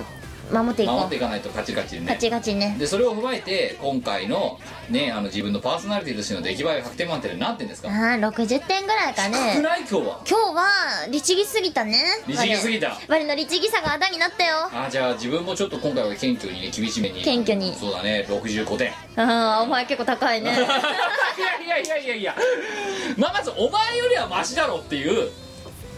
A: 守っていこ
D: 守っ
A: う
D: ていかないとカチカチで
A: ガ
D: ね
A: チガチね
D: でそれを踏まえて今回のねあの自分のパーソナリティとしての出来栄えが100点満点で何点です
A: あ
D: か
A: あ60点ぐらいか
D: 少
A: ね
D: ない今日は
A: 今日は律儀すぎたね
D: 律儀すぎた
A: 我我の律儀さがあだになったよ
D: あじゃあ自分もちょっと今回は謙虚にね厳しめに
A: 謙虚に
D: そうだね65点
A: ああお前結構高い ね
D: いやいやいやいやいやまあまずお前よりはマシだろっていう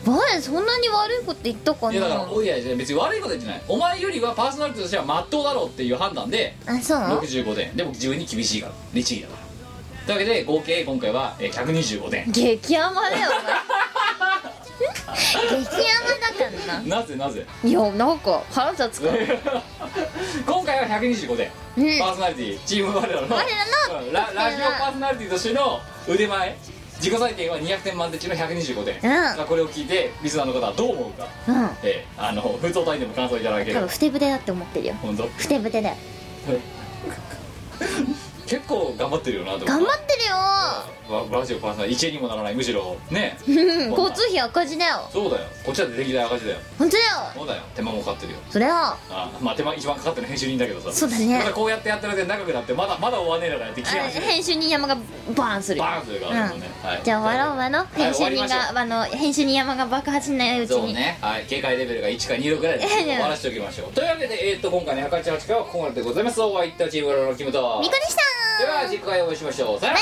A: 前そんなに悪いこと言ったか
D: いやだから
A: な
D: おいやいや別に悪いこと言ってないお前よりはパーソナリティとしては真っ当だろうっていう判断で
A: あそう
D: 65点でも自分に厳しいから律儀だからというわけで合計今回はえー125点
A: 激甘だよお前 激甘だからな
D: なぜなぜ
A: いやなんか腹立つか
D: 今
A: ら
D: 回は125点
A: うん
D: パーソナリティチーム我らの
A: ら
D: うんララジオパーソナリティとしての腕前自己採点は200点満点中の125点、まあこれを聞いてリスナーの方はどう思うか、
A: うん
D: ええあの封筒単位でも感想いただけれ
A: 多分
D: ば
A: ふてぶてだって思ってるよ
D: 本当
A: ふてぶてだよ
D: 結構頑張ってるよなと
A: 頑
D: 思
A: 張っ
D: ララジオパーソナリティ1円にもならないむしろね
A: てるよ
D: んな
A: 交通費赤字だよ
D: そうだよこっちは出てきた赤字だよ
A: 本当だよ
D: そうだよ手間もかかってるよ
A: それは
D: あまあ手間一番かかってるの編集人だけどさ
A: そうだね
D: まこうやってやってる間に長くなってまだまだ終わんねえのかよって気が
A: あ
D: して
A: 編集人山がバーンするよ
D: バーンというからね、はい
A: じゃあ終わろうわの編集
D: 終わり
A: 人
D: ましょ
A: があの編集人山が爆発しないうち
D: そう
A: に
D: ね、はい、警戒レベルが1か2度ぐらいで
A: ええ
D: 終わらせておきましょうというわけで、えー、と今回の「1 8 8回はここまででございますお会いいたチームラのキムと
A: みこでした
D: では次回お会いしましょうさよなら